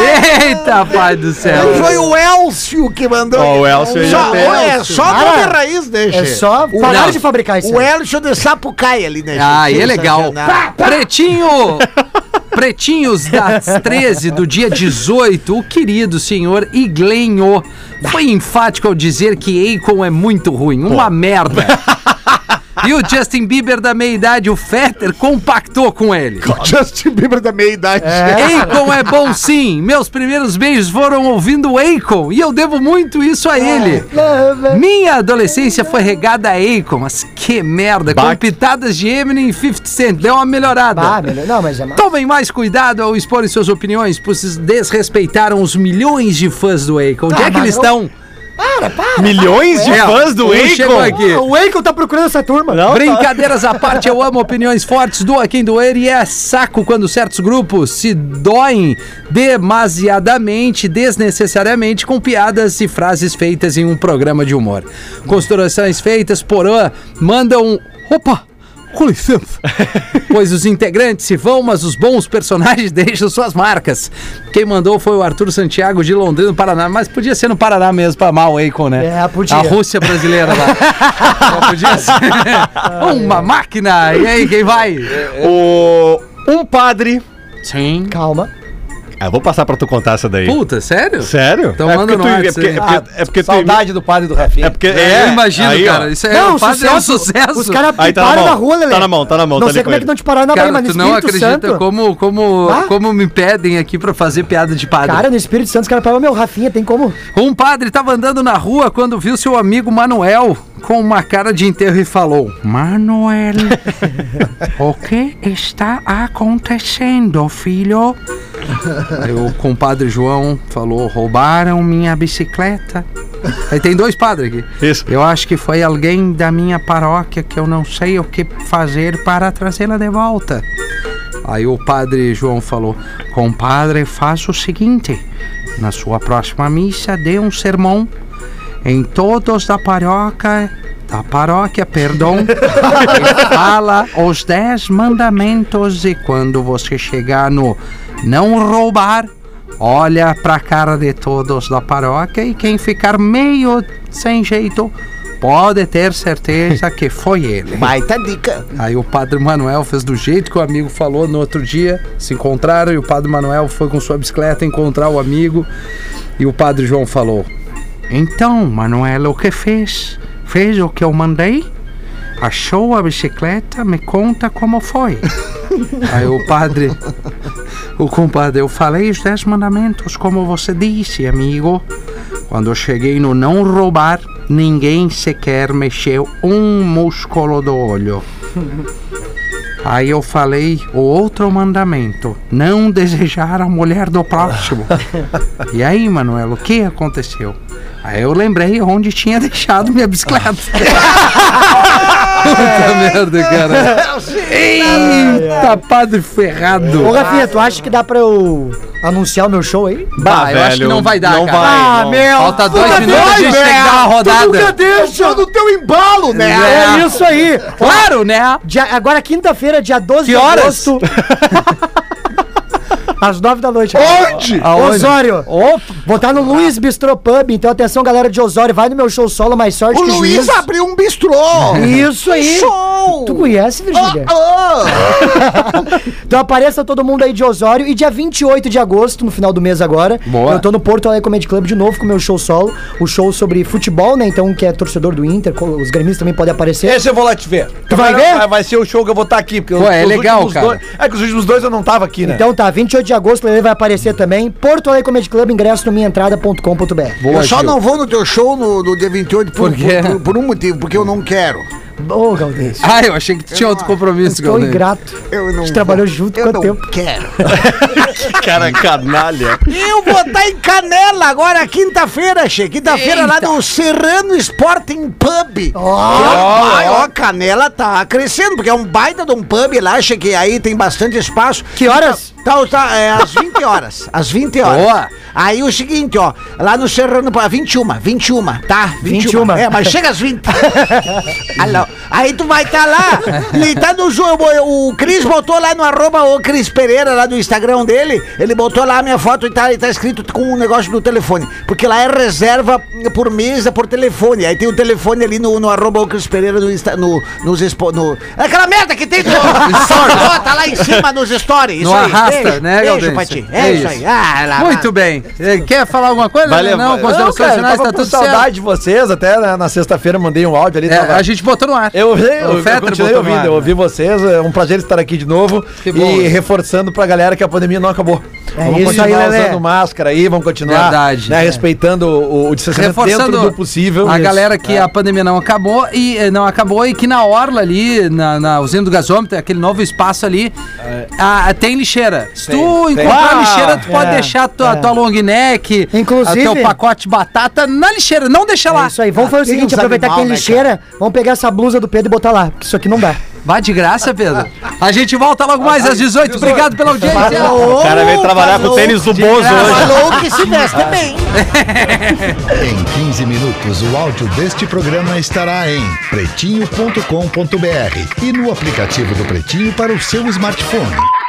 S2: Eita, pai do céu.
S7: Foi o Elcio que mandou.
S5: É Ó, o Elcio aí
S7: Só,
S5: até-
S7: é só
S4: Cara,
S7: nome raiz, né,
S4: É
S7: Che?
S4: só
S7: O,
S4: parar
S2: Não.
S4: de fabricar isso.
S7: o
S4: aí.
S7: Elcio de Sapucaia ali, né, Che?
S2: Ah, e é legal.
S7: Sensacional.
S2: [LAUGHS] Pretinho! Pretinhos das 13 do dia 18, o querido senhor Iglenho foi enfático ao dizer que Akon é muito ruim, uma merda. E o Justin Bieber da meia-idade, o Fetter, compactou com ele.
S5: [LAUGHS] Justin Bieber da meia idade.
S2: Akon é bom sim. Meus primeiros beijos foram ouvindo Akon e eu devo muito isso a ele. Minha adolescência foi regada a Akon, mas que merda, com
S5: Baque.
S2: pitadas de Eminem e 50 Cent, deu uma melhorada.
S4: Ah, melhor. Não, mas é mais.
S2: Tomem mais cuidado ao exporem suas opiniões, pois desrespeitaram os milhões de fãs do Akon. Onde
S4: Ah,
S2: é que
S4: mas
S2: eles
S4: eu-
S2: estão?
S5: Ah, Milhões de
S2: É,
S5: fãs do
S2: um chegou
S5: Akon.
S2: aqui.
S4: O Akon tá procurando essa turma. Não.
S2: Brincadeiras à parte, eu amo opiniões fortes, doa quem doer e é saco quando certos grupos se doem demasiadamente, desnecessariamente, com piadas e frases feitas em um programa de humor. Considerações feitas, porã, mandam. um- Opa! Com
S4: [LAUGHS]
S2: licença. pois os integrantes se vão, mas os bons personagens [LAUGHS] deixam suas marcas. Quem mandou foi o Arthur Santiago de Londrina, no Paraná. Mas podia ser no Paraná mesmo, pra mal o Akon, né?
S4: É, podia.
S2: A Rússia brasileira lá.
S4: [LAUGHS]
S2: Só podia ser. Uma máquina! E aí, quem vai?
S5: O... Um padre.
S2: Sim.
S4: Calma.
S5: Ah, eu vou passar pra tu contar essa daí.
S2: Puta, sério?
S5: Sério?
S2: Então
S5: é
S2: manda
S5: porque
S2: no
S5: tu, é
S2: WhatsApp
S5: porque, é
S2: aí.
S5: porque, é porque tu-
S3: Saudade do padre do
S5: É
S3: Rafinha.
S5: porque
S2: É,
S5: é,
S2: eu imagino,
S5: aí, ó.
S2: cara. Isso é
S4: Não,
S2: o padre é um sucesso.
S4: Os caras
S5: Aí tá na
S4: pararam
S5: mão.
S4: na rua, Lelê.
S5: Tá na mão, tá na mão,
S4: Não
S5: tá
S4: sei
S5: ali
S4: como é
S5: com
S4: que
S5: ele.
S4: não te pararam na
S2: Cara,
S4: mão, mas no
S2: tu não
S4: Espírito
S2: acredita
S4: Santo.
S2: como, como,
S4: Ah?
S2: como me pedem aqui pra fazer piada de padre.
S4: Cara, no Espírito Santo, os caras pararam, meu, Rafinha, tem como?
S2: Um padre estava andando na rua quando viu seu amigo Manuel com uma cara de enterro e falou: Manuel, o que está acontecendo, filho? Aí o compadre João falou: roubaram minha bicicleta. Aí tem dois padres aqui.
S5: Isso.
S2: Eu acho que foi alguém da minha paróquia que eu não sei o que fazer para trazê-la de volta. Aí o padre João falou: Compadre, faça o seguinte: na sua próxima missa, dê um sermão em todos da paróquia. Da paróquia, perdão. e fala os dez mandamentos e quando você chegar no não roubar, olha pra cara de todos da paróquia e quem ficar meio sem jeito, Pode ter certeza que foi ele.
S7: Baita dica.
S2: Aí o Padre Manuel fez do jeito que o amigo falou no outro dia. Se encontraram e o Padre Manuel foi com sua bicicleta encontrar o amigo. E o Padre João falou: Então, Manuel, o que fez? Fez o que eu mandei? Achou a bicicleta? Me conta como foi. Aí o padre, o compadre, eu falei os dez mandamentos, como você disse, amigo. Quando eu cheguei no não roubar, ninguém sequer mexeu um músculo do olho. Aí eu falei o outro mandamento: não desejar a mulher do próximo. e aí, Manuel, o que aconteceu? Aí eu lembrei onde tinha deixado minha bicicleta. Puta merda, cara. Eita, padre ferrado.
S4: Ô, Rafinha, tu acha que dá pra eu anunciar o meu show aí?
S2: Bah, eu acho que
S5: velho,
S2: não vai dar,
S5: não
S2: cara.
S5: vai,
S4: Ah,
S5: não.
S4: meu!
S2: Falta dois
S4: puta
S2: minutos, a gente
S4: merda.
S2: tem que dar uma
S4: Tu nunca
S2: rodada.
S4: deixa no teu embalo, né?
S2: É.
S4: É isso aí.
S2: Claro, né?
S4: Dia- agora, quinta-feira, dia 12
S2: Que horas? [LAUGHS]
S4: de agosto. Às nove da noite.
S10: Onde?
S2: Aonde?
S4: Osório.
S2: Opa.
S4: Vou estar no Luiz Bistro Pub, então atenção, galera de Osório, vai no meu show solo, mais sorte
S7: O
S4: que
S7: Luiz
S4: juiz.
S7: abriu um bistrô.
S4: Isso aí.
S7: Show!
S4: Tu conhece, Virgínia? Então apareça todo mundo aí de Osório. E dia 28 de agosto, no final do mês agora,
S2: Boa.
S4: eu tô no Porto Alegre Comedy Club de novo com o meu show solo. O show sobre futebol, né? Então, que é torcedor do Inter, co- os gremistas também podem aparecer.
S3: Esse eu vou lá te ver.
S4: Tu vai ver?
S3: Vai ser o show que eu vou estar aqui. Porque
S2: Pô, é legal,
S3: últimos
S2: cara.
S3: Dois, é que os últimos dois eu não tava aqui, né?
S4: Então tá, 28 de agosto, o Lele vai aparecer também. Porto Alegre Comedy Club, ingresso no minhaentrada.com.br.
S7: eu só não vou no teu show no, no dia 28 por,
S2: Por quê?
S7: por- por um motivo, porque eu não quero.
S4: Ô, Galdês.
S2: Ah, eu achei que tu tinha outro compromisso,
S4: Tô
S2: Galdês.
S4: ingrato.
S7: Eu não
S4: A gente trabalhou junto
S7: eu
S4: quanto
S7: não
S4: tempo?
S7: quero.
S5: Cara, é canalha.
S7: Eu vou estar em Canela agora, quinta-feira, Che. Quinta-feira lá no Serrano Sporting Pub. Ó, ó, Canela tá crescendo, porque é um baita de um pub lá, Che, que aí tem bastante espaço.
S4: Que horas?
S7: Tá, tá, é às 20 horas. Às 20 horas.
S2: Boa.
S7: Aí o seguinte, ó, lá no Serrano, pá, 21, 21, tá? 21.
S4: 21.
S7: É, mas chega às 20. Alô. Aí tu vai estar lá, e tá no jogo. O Cris botou lá no arroba o Cris Pereira, lá do Instagram dele, ele botou lá a minha foto e tá, e tá escrito com o negócio do telefone. Porque lá é reserva por mesa, por telefone. Aí tem o telefone ali no, no arroba o Cris Pereira no, Insta- no, nos expo, no, é Aquela merda que tem no, tá lá em cima nos stories.
S2: Não arrasta,
S7: beijo,
S2: né,
S7: Beijo
S2: Gaudenz?
S7: pra ti.
S2: É
S7: É, isso aí.
S2: isso.
S7: Ah, lá,
S2: Muito bem. Eh, Quer falar alguma coisa?
S5: Valeu,
S2: não,
S5: valeu.
S3: Não,
S2: considerações
S3: cara, eu
S2: finais,
S3: tava
S2: tá
S3: com
S2: tudo
S3: saudade
S2: certo.
S3: de vocês, até né, na sexta-feira eu mandei um áudio ali.
S2: É,
S3: tava-
S2: a gente botou no ar.
S3: Eu, eu,
S2: O
S3: eu,
S2: Fetter botou
S3: continuei
S2: no
S3: ouvindo,
S2: ar,
S3: eu
S2: né?
S3: ouvi vocês, é um prazer estar aqui de novo
S2: Que
S3: e
S2: bom.
S3: reforçando pra galera que a pandemia não acabou.
S4: É
S3: vamos
S4: isso aí,
S3: continuar
S4: Lelé.
S3: usando máscara aí, vamos continuar
S2: Verdade,
S3: né,
S2: é.
S3: respeitando o, o distanciamento
S2: Reforçando
S3: dentro do possível.
S2: a
S3: Isso. É.
S2: galera que a pandemia não acabou e eh, não acabou e que na orla ali na, na usina do gasômetro aquele novo espaço ali ah, tem lixeira se tu
S3: É. tem.
S2: encontrar
S3: Ah,
S2: lixeira tu pode
S4: é,
S2: deixar tua,
S4: é.
S2: tua long neck
S4: Inclusive-
S2: ah, teu pacote de batata na lixeira não deixa
S4: É
S2: lá
S4: isso aí. Vamos fazer o
S3: Ah, tem
S4: seguinte,
S3: uns
S4: aproveitar que tem
S3: animal, né,
S4: lixeira, vamos pegar essa blusa do Pedro e botar lá, porque isso aqui não dá.
S2: vai de graça Pedro a gente volta logo mais às 18 obrigado pela
S7: Tá
S2: audiência
S5: O cara veio trabalhar com o tênis do Bozo hoje.
S7: Falou que se veste bem.
S9: Em 15 minutos, o áudio deste programa estará em pretinho.com.br e no aplicativo do Pretinho para o seu smartphone.